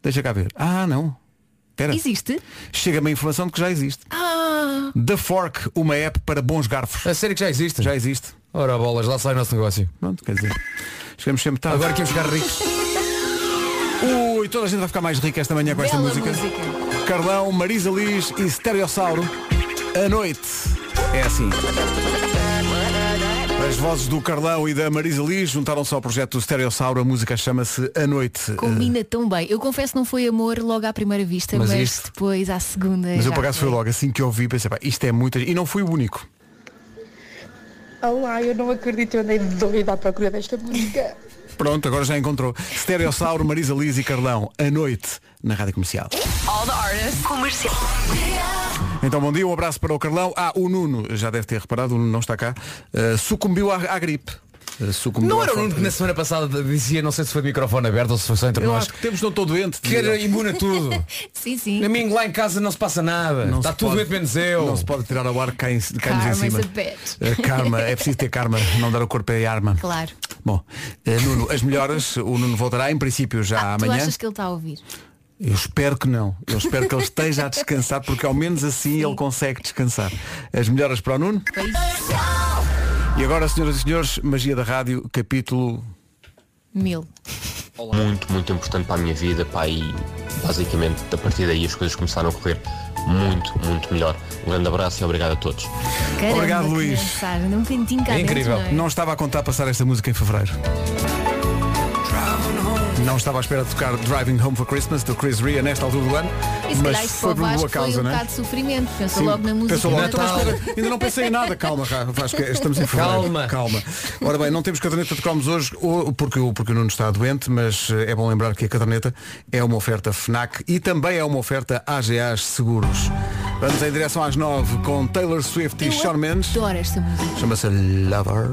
[SPEAKER 1] deixa cá ver. Ah, não. Espera.
[SPEAKER 2] Existe?
[SPEAKER 1] Chega-me a informação de que já existe.
[SPEAKER 2] Ah!
[SPEAKER 1] The Fork, uma app para bons garfos.
[SPEAKER 4] A sério que já existe?
[SPEAKER 1] Já existe.
[SPEAKER 4] Ora bolas, lá sai o nosso negócio.
[SPEAKER 1] Pronto, quer dizer. Chegamos sempre tarde.
[SPEAKER 4] Agora que íamos ficar ricos.
[SPEAKER 1] Ui, toda a gente vai ficar mais rica esta manhã com esta
[SPEAKER 2] Bela
[SPEAKER 1] música.
[SPEAKER 2] música.
[SPEAKER 1] Carlão, Marisa Liz e Stereossauro. A noite é assim. As vozes do Carlão e da Marisa Liz juntaram-se ao projeto do Stereossauro. A música chama-se A Noite.
[SPEAKER 2] Combina tão bem. Eu confesso que não foi amor logo à primeira vista, mas,
[SPEAKER 1] Mas isto-
[SPEAKER 2] depois à segunda.
[SPEAKER 1] Mas eu
[SPEAKER 2] já
[SPEAKER 1] por acaso fui logo assim que ouvi, pensei, pá, isto é muito. E não fui o único.
[SPEAKER 13] Olá, eu não acredito, eu andei doida à procura desta música.
[SPEAKER 1] Pronto, agora já encontrou. Stereossauro, Marisa Liz e Carlão. A Noite na Rádio Comercial.
[SPEAKER 14] All the artists. Comercial.
[SPEAKER 1] Então bom dia, um abraço para o Carlão. Ah, o Nuno, já deve ter reparado, o Nuno não está cá, eh, sucumbiu Ah, à, à gripe. eh, sucumbiu.
[SPEAKER 4] Não
[SPEAKER 1] à
[SPEAKER 4] era o
[SPEAKER 1] falta
[SPEAKER 4] Nuno que na
[SPEAKER 1] de-
[SPEAKER 4] semana passada dizia, não sei se foi de microfone aberto ou se foi só entre
[SPEAKER 1] Eu
[SPEAKER 4] nós,
[SPEAKER 1] acho que temos, não estou doente.
[SPEAKER 4] que era
[SPEAKER 1] diria.
[SPEAKER 4] imune a tudo.
[SPEAKER 2] Sim, sim.
[SPEAKER 4] A mim lá em casa não se passa nada.
[SPEAKER 1] Não
[SPEAKER 4] Está
[SPEAKER 1] se
[SPEAKER 4] tudo
[SPEAKER 1] pode-
[SPEAKER 4] doente menos eu.
[SPEAKER 1] Não se pode tirar ao ar quem se- quem nos
[SPEAKER 2] Karma
[SPEAKER 1] em
[SPEAKER 2] is
[SPEAKER 1] cima.
[SPEAKER 2] a bitch.
[SPEAKER 1] Eh, karma, é preciso ter karma, não dar o corpo é arma.
[SPEAKER 2] Claro.
[SPEAKER 1] Bom, eh, Nuno, as melhoras, o Nuno voltará em princípio já
[SPEAKER 2] Ah, Tu
[SPEAKER 1] amanhã.
[SPEAKER 2] achas que ele está a ouvir?
[SPEAKER 1] Eu espero que não. Eu espero que ele esteja a descansar, porque ao menos assim ele consegue descansar. As melhoras para o Nuno. E agora, senhoras e senhores, Magia da Rádio, capítulo.
[SPEAKER 2] Mil.
[SPEAKER 15] Muito, muito importante para a minha vida, pá, e basicamente a partir daí as coisas começaram a correr muito, muito melhor. Um grande abraço e obrigado a todos.
[SPEAKER 2] Caramba,
[SPEAKER 1] Obrigado,
[SPEAKER 2] que
[SPEAKER 1] Luís.
[SPEAKER 2] mensagem. Dá um cantinho cá
[SPEAKER 1] É
[SPEAKER 2] dentro,
[SPEAKER 1] incrível.
[SPEAKER 2] não é?
[SPEAKER 1] Não estava a contar passar esta música em fevereiro. Não estava à espera de tocar Driving Home for Christmas do Chris Ria nesta altura do ano,
[SPEAKER 2] E se calhar
[SPEAKER 1] mas
[SPEAKER 2] isto para
[SPEAKER 1] foi
[SPEAKER 2] o
[SPEAKER 1] por boa
[SPEAKER 2] Vasco foi
[SPEAKER 1] causa,
[SPEAKER 2] um
[SPEAKER 1] não é?
[SPEAKER 2] bocado de sofrimento. Pensou
[SPEAKER 1] Sim,
[SPEAKER 2] logo na música.
[SPEAKER 1] pensou logo,
[SPEAKER 2] de
[SPEAKER 1] então,
[SPEAKER 2] Natal.
[SPEAKER 1] espera, ainda não pensei em nada. Calma, Ra- Vasco, estamos em fevereiro.
[SPEAKER 4] Calma.
[SPEAKER 1] Calma. Ora bem, não temos caderneta de cromos hoje ou- porque, o- porque o Nuno está doente, mas eh, é bom lembrar que a caderneta é uma oferta FNAC e também é uma oferta AGAs Seguros. Vamos em direção às nove com Taylor Swift e Shawn Mendes.
[SPEAKER 2] Adoro esta música.
[SPEAKER 1] Chama-se Lover.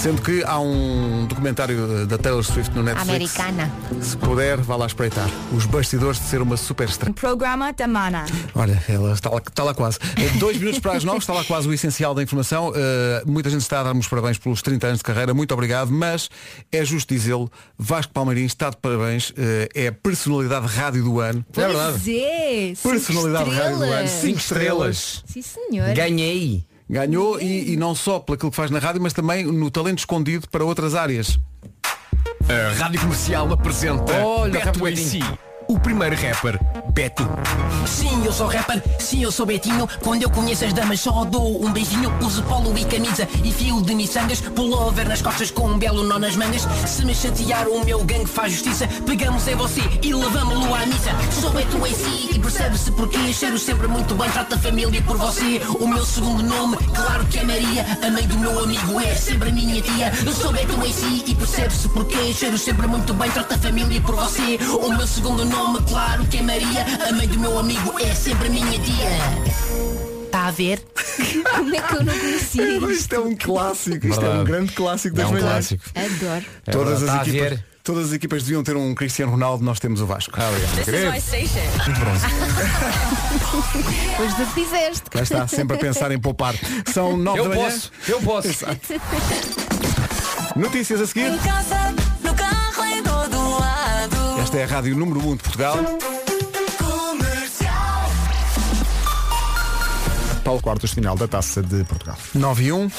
[SPEAKER 1] Sendo que há um documentário da Taylor Swift no Netflix.
[SPEAKER 16] Americana.
[SPEAKER 1] Se puder, vá lá espreitar. Os bastidores de ser uma superestrela.
[SPEAKER 16] Programa da Mana.
[SPEAKER 1] Olha, ela está lá, está lá quase. Eh, Dois minutos para as nove, está lá quase o essencial da informação. Eh, muita gente está a dar-nos parabéns pelos 30 anos de carreira, muito obrigado, mas é justo dizê-lo, Vasco Palmeirinho está de parabéns, eh, é a personalidade rádio do ano.
[SPEAKER 2] Pois é, cinco
[SPEAKER 1] Personalidade rádio do ano,
[SPEAKER 2] estrelas.
[SPEAKER 1] 5 estrelas.
[SPEAKER 2] Sim, senhor.
[SPEAKER 1] Ganhei. Ganhou e, e não só pelo que faz na rádio, mas também no talento escondido para outras áreas.
[SPEAKER 17] A Rádio Comercial apresenta
[SPEAKER 1] Olha,
[SPEAKER 17] Beto
[SPEAKER 1] rapidinho.
[SPEAKER 17] MC, o primeiro rapper, Beto.
[SPEAKER 18] Sim, eu sou rapper, sim, eu sou Betinho. Quando eu conheço as damas, só dou um beijinho. Uso polo e camisa e fio de miçangas. Pullover nas costas com um belo nó nas mangas. Se me chatear, o meu gangue faz justiça. Pegamos em você e levamos-lo à missa. Sou Beto em si e percebe-se porquê. Cheiro sempre muito bem, trato a família por você. O meu segundo nome, claro que é Maria. A mãe do meu amigo é sempre a minha tia. Eu sou Beto em si e percebe-se porquê. Cheiro sempre muito bem, trato a família por você. O meu segundo nome, claro que é Maria. A mãe do meu amigo é sempre a minha tia. Está a ver?
[SPEAKER 2] Como é que eu não conhecia
[SPEAKER 1] Isto é um clássico, isto é um
[SPEAKER 4] Verdade.
[SPEAKER 1] grande clássico das
[SPEAKER 4] É um
[SPEAKER 1] manhãs.
[SPEAKER 4] clássico.
[SPEAKER 2] Adoro.
[SPEAKER 4] É
[SPEAKER 1] todas,
[SPEAKER 4] verdade,
[SPEAKER 1] as
[SPEAKER 4] está a
[SPEAKER 1] equipas,
[SPEAKER 4] ver. Ah,
[SPEAKER 1] todas as equipas deviam ter um Cristiano Ronaldo, nós temos o Vasco.
[SPEAKER 14] station.
[SPEAKER 2] Pois tu fizeste.
[SPEAKER 1] Cá está, sempre a pensar em poupar. São nove
[SPEAKER 2] Eu
[SPEAKER 1] da manhã.
[SPEAKER 2] posso,
[SPEAKER 1] eu posso. Notícias a seguir.
[SPEAKER 14] casa, no carro, em todo lado.
[SPEAKER 1] Esta é a Rádio Número 1 de Portugal.
[SPEAKER 5] Paulo Quartos, final da Taça de Portugal.
[SPEAKER 1] 9 e 1.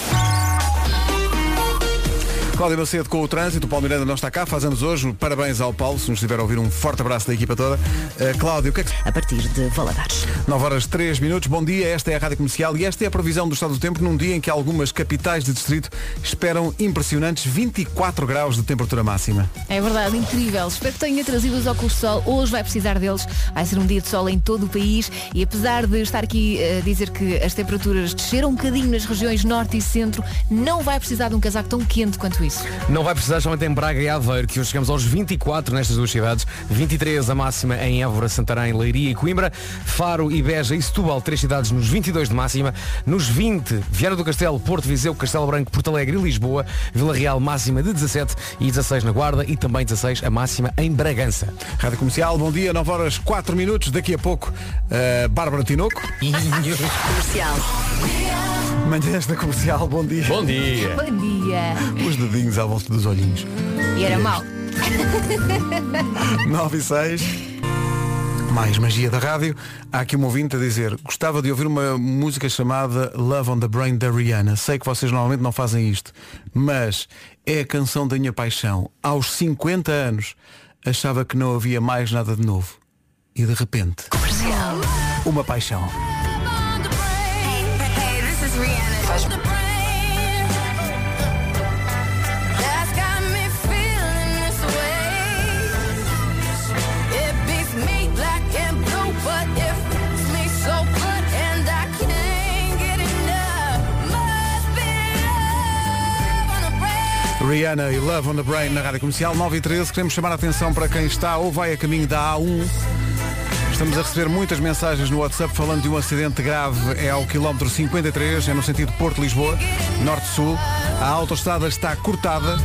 [SPEAKER 1] Cláudia Macedo com o trânsito, o Paulo Miranda não está cá, fazemos hoje. Parabéns ao Paulo, se nos tiver a ouvir um forte abraço da equipa toda. Uh, Cláudio, o que é que...
[SPEAKER 3] A partir de Valadares.
[SPEAKER 1] 9 horas 3 minutos, bom dia, esta é a Rádio Comercial e esta é a previsão do estado do tempo num dia em que algumas capitais de distrito esperam impressionantes 24 graus de temperatura máxima.
[SPEAKER 2] É verdade, incrível. Espero que tenha trazido os óculos de sol. Hoje vai precisar deles. Vai ser um dia de sol em todo o país. E apesar de estar aqui a dizer que as temperaturas desceram um bocadinho nas regiões norte e centro, não vai precisar de um casaco tão quente quanto isso.
[SPEAKER 4] Não vai precisar, somente em Braga e Aveiro, que hoje chegamos aos 24 nestas duas cidades, 23 a máxima em Évora, Santarém, Leiria e Coimbra, Faro e Beja e Setúbal, três cidades nos 22 de máxima, nos 20, Viana do Castelo, Porto Viseu, Castelo Branco, Porto Alegre e Lisboa, Vila Real máxima de 17 e 16 na Guarda e também 16 a máxima em Bragança.
[SPEAKER 1] Rádio Comercial, bom dia, 9 horas 4 minutos, daqui a pouco, uh, Bárbara Tinoco.
[SPEAKER 14] Comercial.
[SPEAKER 1] Manhãs da Comercial, bom dia. Bom dia.
[SPEAKER 2] Bom dia.
[SPEAKER 1] Os dedinhos à volta dos olhinhos.
[SPEAKER 2] E era mau.
[SPEAKER 1] 9 e 6. Mais magia da rádio. Há aqui um ouvinte a dizer, gostava de ouvir uma música chamada Love on the Brain da Rihanna. Sei que vocês normalmente não fazem isto, mas é a canção da minha paixão. Aos 50 anos achava que não havia mais nada de novo. E de repente, uma paixão.
[SPEAKER 14] Hey, this is Rihanna. Faz...
[SPEAKER 1] Rihanna e Love on the Brain na Rádio Comercial 9 e 13. Queremos chamar a atenção para quem está ou vai a caminho da A1. Estamos a receber muitas mensagens no WhatsApp falando de um acidente grave. É ao quilómetro 53, é no sentido Porto-Lisboa, Norte-Sul. A autoestrada está cortada.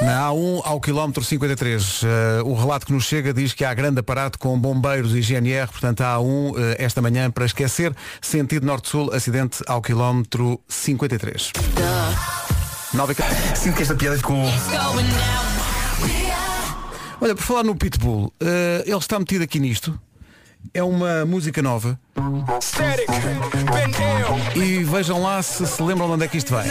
[SPEAKER 1] Na A1 ao quilómetro 53. Eh, o relato que nos chega diz que há grande aparato com bombeiros e GNR, portanto a A1 eh, esta manhã para esquecer, sentido norte-sul, acidente ao quilómetro 53. 9 e... Sinto que esta piada ficou... Olha, por falar no Pitbull, eh, ele está metido aqui nisto. É uma música nova. E vejam lá se se lembram de onde é que isto vai.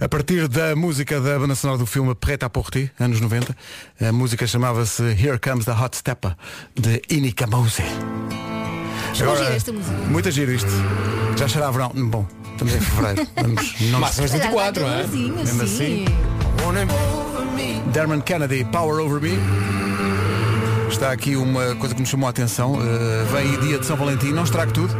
[SPEAKER 1] A partir da música da banda sonora do filme Preta pour ti, anos 90, a música chamava-se Here Comes the Hot Stepper, de Inika Mose.
[SPEAKER 2] gira esta música.
[SPEAKER 1] Muito giro isto. Já será verão. Bom, estamos em fevereiro. Vamos,
[SPEAKER 2] Máximas né? 24, Agora vai ter não é?
[SPEAKER 1] Mesmo
[SPEAKER 2] luzinha,
[SPEAKER 1] assim.
[SPEAKER 2] sim.
[SPEAKER 1] Dermot Kennedy, Power Over Me. Está aqui uma coisa que me chamou a atenção. Uh, vem aí dia de São Valentim, não estrago tudo.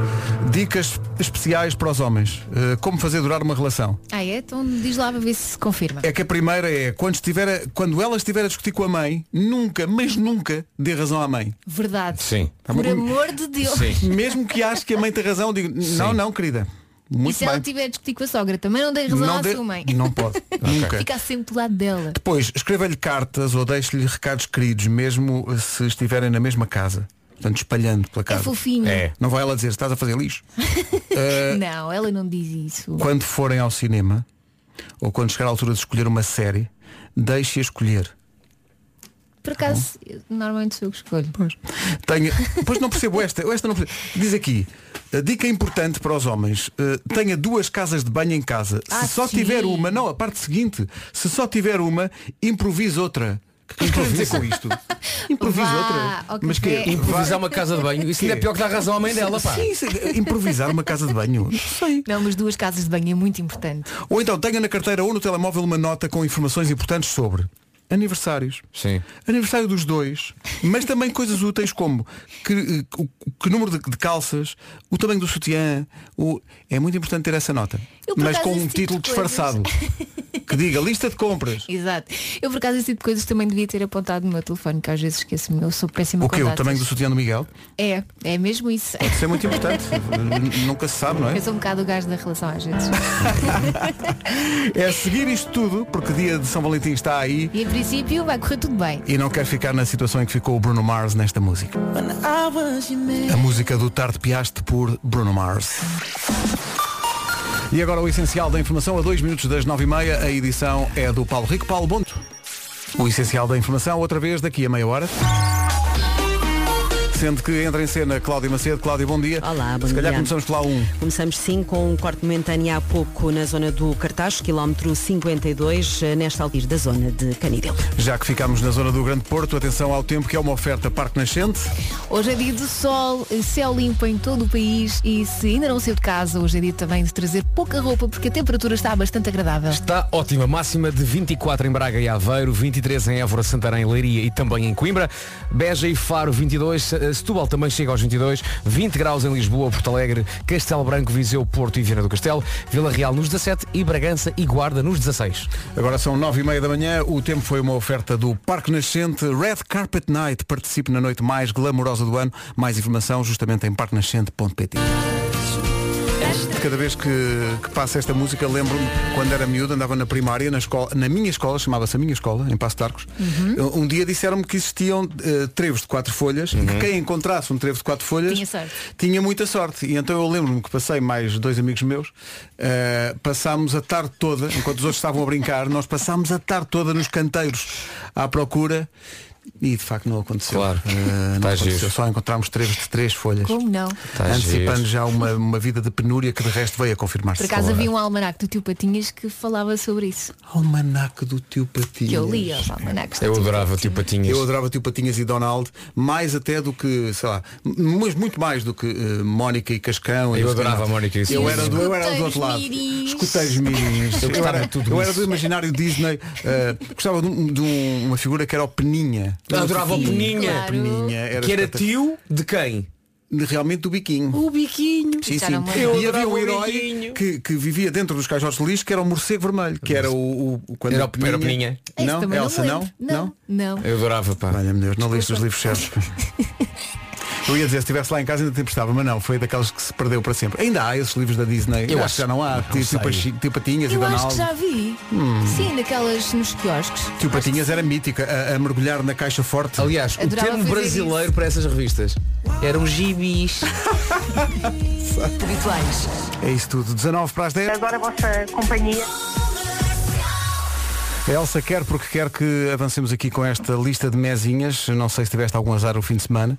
[SPEAKER 1] Dicas especiais para os homens. Uh, como fazer durar uma relação.
[SPEAKER 2] Ah, é? Então diz lá para ver se se confirma.
[SPEAKER 1] É que a primeira é, quando, estiver a- quando ela estiver a discutir com a mãe, nunca, mas nunca, dê razão à mãe.
[SPEAKER 2] Verdade.
[SPEAKER 1] Sim.
[SPEAKER 2] Por amor de Deus.
[SPEAKER 1] Mesmo que ache que a mãe tem razão, digo, não, não, querida.
[SPEAKER 2] e
[SPEAKER 1] Muito
[SPEAKER 2] se
[SPEAKER 1] bem.
[SPEAKER 2] ela tiver a discutir com a sogra, também não dei razão à
[SPEAKER 1] dê-
[SPEAKER 2] sua mãe.
[SPEAKER 1] não pode. Nunca.
[SPEAKER 2] Fica sempre do lado dela. É
[SPEAKER 1] Depois, escreva-lhe cartas ou deixe-lhe recados queridos, mesmo se estiverem na mesma casa. Portanto, espalhando pela casa.
[SPEAKER 2] fofinho. É.
[SPEAKER 1] Não vai ela dizer, estás a fazer lixo. Eh,
[SPEAKER 2] Não, ela não diz isso.
[SPEAKER 1] quando forem ao cinema, ou quando chegar a altura de escolher uma série, deixe-a escolher.
[SPEAKER 2] Por acaso, eu- normalmente sou eu que escolho.
[SPEAKER 1] Tenha... Pois não percebo esta. esta não percebo. Diz aqui, a dica importante para os homens, eh, tenha duas casas de banho em casa.
[SPEAKER 2] Ah,
[SPEAKER 1] se só
[SPEAKER 2] sim.
[SPEAKER 1] tiver uma, não, a parte seguinte, se só tiver uma, improvise outra. O que é que quer dizer com isto? Improvisa
[SPEAKER 2] Vá,
[SPEAKER 1] outra.
[SPEAKER 2] ao
[SPEAKER 1] Mas
[SPEAKER 2] café.
[SPEAKER 1] que
[SPEAKER 4] Improvisar uma casa de banho, isso ainda é pior que dar razão à mãe dela, pá.
[SPEAKER 1] Sim, sim, improvisar uma casa de banho.
[SPEAKER 2] Não, mas duas casas de banho é muito importante.
[SPEAKER 1] Ou então tenha na carteira ou no telemóvel uma nota com informações importantes sobre aniversários.
[SPEAKER 4] Sim.
[SPEAKER 1] Aniversário dos dois, mas também coisas úteis como que, eh, o- que número de, de calças, o tamanho do sutiã, o... é muito importante ter essa nota.
[SPEAKER 2] Eu, por
[SPEAKER 1] Mas
[SPEAKER 2] acaso,
[SPEAKER 1] com um
[SPEAKER 2] esse tipo
[SPEAKER 1] título
[SPEAKER 2] de coisas-
[SPEAKER 1] disfarçado. Que diga lista de compras.
[SPEAKER 2] Exato. Eu por acaso esse tipo de coisas também devia ter apontado no meu telefone, que às vezes esqueço-me. Eu sou péssima
[SPEAKER 1] O
[SPEAKER 2] com
[SPEAKER 1] que? O
[SPEAKER 2] datas.
[SPEAKER 1] tamanho do sutiã do Miguel?
[SPEAKER 2] É, é mesmo isso.
[SPEAKER 1] Isso é muito importante. N- Nunca se sabe, não é?
[SPEAKER 2] Eu sou um bocado o gajo da relação às vezes.
[SPEAKER 1] É seguir isto tudo, porque dia de São Valentim está aí
[SPEAKER 2] E em princípio vai correr tudo bem.
[SPEAKER 1] e não quero ficar na situação em que ficou o Bruno Mars nesta música. A música do Tarde Piaste por Bruno Mars. E agora o essencial da informação, a dois minutos das nove e meia, a edição é do Paulo Rico. Paulo Bonto. O essencial da informação, outra vez, daqui a meia hora. Sendo que entra em cena Cláudia Macedo. Cláudia, bom dia. Olá,
[SPEAKER 3] bom
[SPEAKER 1] Se calhar
[SPEAKER 3] dia.
[SPEAKER 1] começamos pela 1.
[SPEAKER 3] Começamos sim com um corte momentâneo há pouco na zona do Cartaz, quilómetro 52, eh, nesta altura da zona de Canidelo.
[SPEAKER 1] Já que ficamos na zona do Grande Porto, atenção ao tempo que é uma oferta Parque Nascente.
[SPEAKER 2] Hoje é dia de sol, céu limpo em todo o país e se ainda não saiu de casa, hoje é dia também de trazer pouca roupa porque a temperatura está bastante agradável.
[SPEAKER 4] Está ótima, máxima de 24 em Braga e Aveiro, 23 em Évora, Santarém, Leiria e também em Coimbra, Beja e Faro 22, eh, Setúbal também chega aos 22, 20 graus em Lisboa, Porto Alegre, Castelo Branco, Viseu, Porto e Viana do Castelo, Vila Real nos 17 e Bragança e Guarda nos 16.
[SPEAKER 1] Agora são nove e meia da manhã, o tempo foi uma oferta do Parque Nascente Red Carpet Night. Participe na noite mais glamourosa do ano. Mais informação justamente em parquenascente.pt De Cada vez que, que passa esta música, lembro-me quando era miúdo, andava na primária, na, escola, na minha escola, chamava-se a minha escola, em Passo de Arcos.
[SPEAKER 4] Uhum.
[SPEAKER 1] Um dia disseram-me que existiam eh, trevos de quatro folhas e que quem encontrasse um trevo de quatro folhas
[SPEAKER 2] Tinha sorte.
[SPEAKER 1] tinha muita sorte. E então eu lembro-me que passei mais dois amigos meus, eh, passámos a tarde toda, enquanto os outros estavam a brincar, nós passámos a tarde toda nos canteiros à procura E de facto não aconteceu.
[SPEAKER 4] Claro.
[SPEAKER 1] Eh, não
[SPEAKER 4] Tá
[SPEAKER 1] aconteceu.
[SPEAKER 4] giro.
[SPEAKER 1] Só encontramos três de três folhas.
[SPEAKER 2] Como não?
[SPEAKER 4] Tá
[SPEAKER 1] Antecipando
[SPEAKER 4] giro.
[SPEAKER 1] já uma, uma vida de penúria que de resto veio a confirmar-se.
[SPEAKER 2] Por acaso havia um almanac do tio Patinhas que falava sobre isso.
[SPEAKER 1] Almanac do tio Patinhas.
[SPEAKER 2] Que eu lia os almanacs
[SPEAKER 1] É
[SPEAKER 2] do tio
[SPEAKER 1] adorava Tio Patinhas. Eu adorava Tio Patinhas e Donald, mais até do que, sei lá, mas muito mais do que eh, Mónica e Cascão. e
[SPEAKER 4] Eu
[SPEAKER 1] não sei
[SPEAKER 4] adorava
[SPEAKER 1] nada.
[SPEAKER 4] Mónica e
[SPEAKER 1] eu
[SPEAKER 4] Cascão.
[SPEAKER 1] era, do, eu era do outro lado. Escuteiros mirins.
[SPEAKER 4] Eu gostava
[SPEAKER 1] era,
[SPEAKER 4] de tudo
[SPEAKER 1] eu
[SPEAKER 4] isso.
[SPEAKER 1] era do imaginário Disney. eh, gostava de, um- de um- uma figura que era o Peninha.
[SPEAKER 4] Eu adorava o
[SPEAKER 1] Sim,
[SPEAKER 4] Peninha.
[SPEAKER 1] o Peninha era
[SPEAKER 4] Que era
[SPEAKER 1] espetacular.
[SPEAKER 4] tio de quem?
[SPEAKER 1] Realmente do biquinho.
[SPEAKER 4] O biquinho.
[SPEAKER 1] Sim, sim. E havia um herói que, que vivia dentro dos caixotes de lixo que era o morcego vermelho, que era o. o- o- quando
[SPEAKER 4] Era o- era o Peninha.
[SPEAKER 2] Esse
[SPEAKER 1] Não,
[SPEAKER 2] também
[SPEAKER 1] Elsa,
[SPEAKER 2] me
[SPEAKER 1] não? É
[SPEAKER 2] lembro. Não, não.
[SPEAKER 4] Eu adorava, pá.
[SPEAKER 1] Olha, meu Deus, não leste os livros certos. Eu ia dizer, se estivesse lá em casa ainda tempestava, mas não, foi daqueles que se perdeu para sempre. Ainda há esses livros da Disney.
[SPEAKER 4] Eu
[SPEAKER 1] acho que
[SPEAKER 4] acho-
[SPEAKER 1] já não há.
[SPEAKER 4] não
[SPEAKER 1] Tio,
[SPEAKER 4] sei.
[SPEAKER 1] tio, Pachi- tio Patinhas e
[SPEAKER 2] Eu acho
[SPEAKER 1] Donaldo.
[SPEAKER 2] que já vi.
[SPEAKER 1] Hum.
[SPEAKER 2] Sim, naquelas nos quiosques.
[SPEAKER 1] Tio Patinhas era mítica, a, a mergulhar na caixa forte.
[SPEAKER 4] Aliás, o
[SPEAKER 2] Adorava
[SPEAKER 4] termo
[SPEAKER 2] fazer um
[SPEAKER 4] brasileiro para essas revistas eram gibis.
[SPEAKER 14] Habituais.
[SPEAKER 1] É isso tudo. 19 para as 10.
[SPEAKER 14] Agora a vossa companhia.
[SPEAKER 1] A Elsa quer porque quer que avancemos aqui com esta lista de mesinhas. Não sei se tiveste algum azar o fim de semana,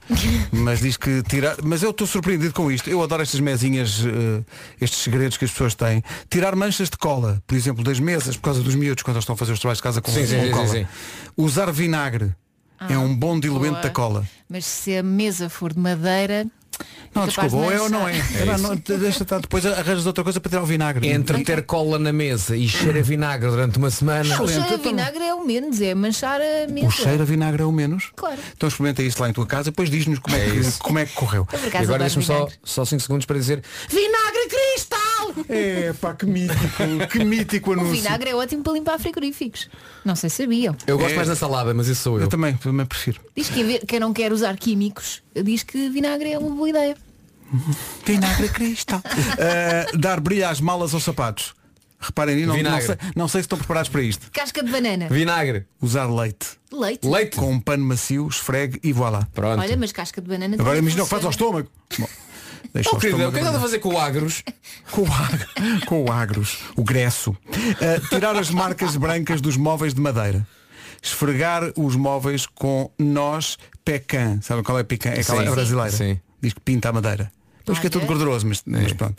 [SPEAKER 1] mas diz que tirar. Mas eu estou surpreendido com isto. Eu adoro estas mesinhas, eh, estes segredos que as pessoas têm. Tirar manchas de cola, por exemplo, das mesas, por causa dos miúdos quando eles estão a fazer os trabalhos de casa com,
[SPEAKER 4] Sim, sim,
[SPEAKER 1] com
[SPEAKER 4] sim,
[SPEAKER 1] cola.
[SPEAKER 4] sim, sim.
[SPEAKER 1] Usar vinagre é um bom diluente
[SPEAKER 2] Ah, boa.
[SPEAKER 1] da cola.
[SPEAKER 2] Mas se a mesa for de madeira.
[SPEAKER 1] Não,
[SPEAKER 2] é capaz
[SPEAKER 1] desculpa, ou
[SPEAKER 2] de
[SPEAKER 1] é ou não é.
[SPEAKER 2] manchar.
[SPEAKER 1] Não, não, deixa estar, depois arranjas outra coisa para tirar o vinagre.
[SPEAKER 4] Entre ter cola na mesa e cheira vinagre durante uma semana.
[SPEAKER 2] O cheiro a vinagre é o menos, é manchar a mesa.
[SPEAKER 1] então O cheiro a vinagre é o menos.
[SPEAKER 2] Claro.
[SPEAKER 1] Então experimenta isso lá em tua casa, depois diz-nos como, é que- como é que correu.
[SPEAKER 2] Eu, por
[SPEAKER 4] E
[SPEAKER 2] acaso,
[SPEAKER 4] agora
[SPEAKER 2] adoro
[SPEAKER 4] deixa-me só
[SPEAKER 2] vinagre.
[SPEAKER 4] 5 segundos para dizer
[SPEAKER 2] Vinagre cristal!
[SPEAKER 1] É, pá, que mítico, que mítico
[SPEAKER 2] O
[SPEAKER 1] anúncio.
[SPEAKER 2] vinagre é ótimo para limpar frigoríficos. Não sei se sabiam.
[SPEAKER 4] Eu gosto
[SPEAKER 1] É.
[SPEAKER 4] mais da salada, mas isso sou eu.
[SPEAKER 1] Eu também, também prefiro.
[SPEAKER 2] Diz que haver- quem não quer usar químicos diz que vinagre é uma boa ideia.
[SPEAKER 1] Vinagre cristal. Uh, dar brilho às malas ou sapatos. Reparem, aí, não, não,
[SPEAKER 4] Vinagre.
[SPEAKER 1] sei, não sei se estão preparados para isto.
[SPEAKER 2] Casca de banana.
[SPEAKER 4] Vinagre.
[SPEAKER 1] Usar leite.
[SPEAKER 2] Leite.
[SPEAKER 4] Leite.
[SPEAKER 1] Com um pano macio, esfregue e voilá.
[SPEAKER 4] Pronto.
[SPEAKER 2] Olha, mas casca de banana um
[SPEAKER 1] Agora
[SPEAKER 2] também
[SPEAKER 1] imagina o que faz ao
[SPEAKER 2] funciona.
[SPEAKER 1] estômago. Bom, deixa
[SPEAKER 4] Oh,
[SPEAKER 1] o
[SPEAKER 4] querida, o
[SPEAKER 1] estômago
[SPEAKER 4] que é que anda a fazer com o agros?
[SPEAKER 1] com o, agro, com o agros, o gresso. Uh, tirar as marcas brancas dos móveis de madeira. Esfregar os móveis com nós pecan. Sabe qual é pecan? É aquela
[SPEAKER 4] Sim.
[SPEAKER 1] brasileira.
[SPEAKER 4] Sim.
[SPEAKER 1] Diz que pinta a madeira. Depois que é
[SPEAKER 2] Olha.
[SPEAKER 1] tudo gorduroso, mas, mas pronto.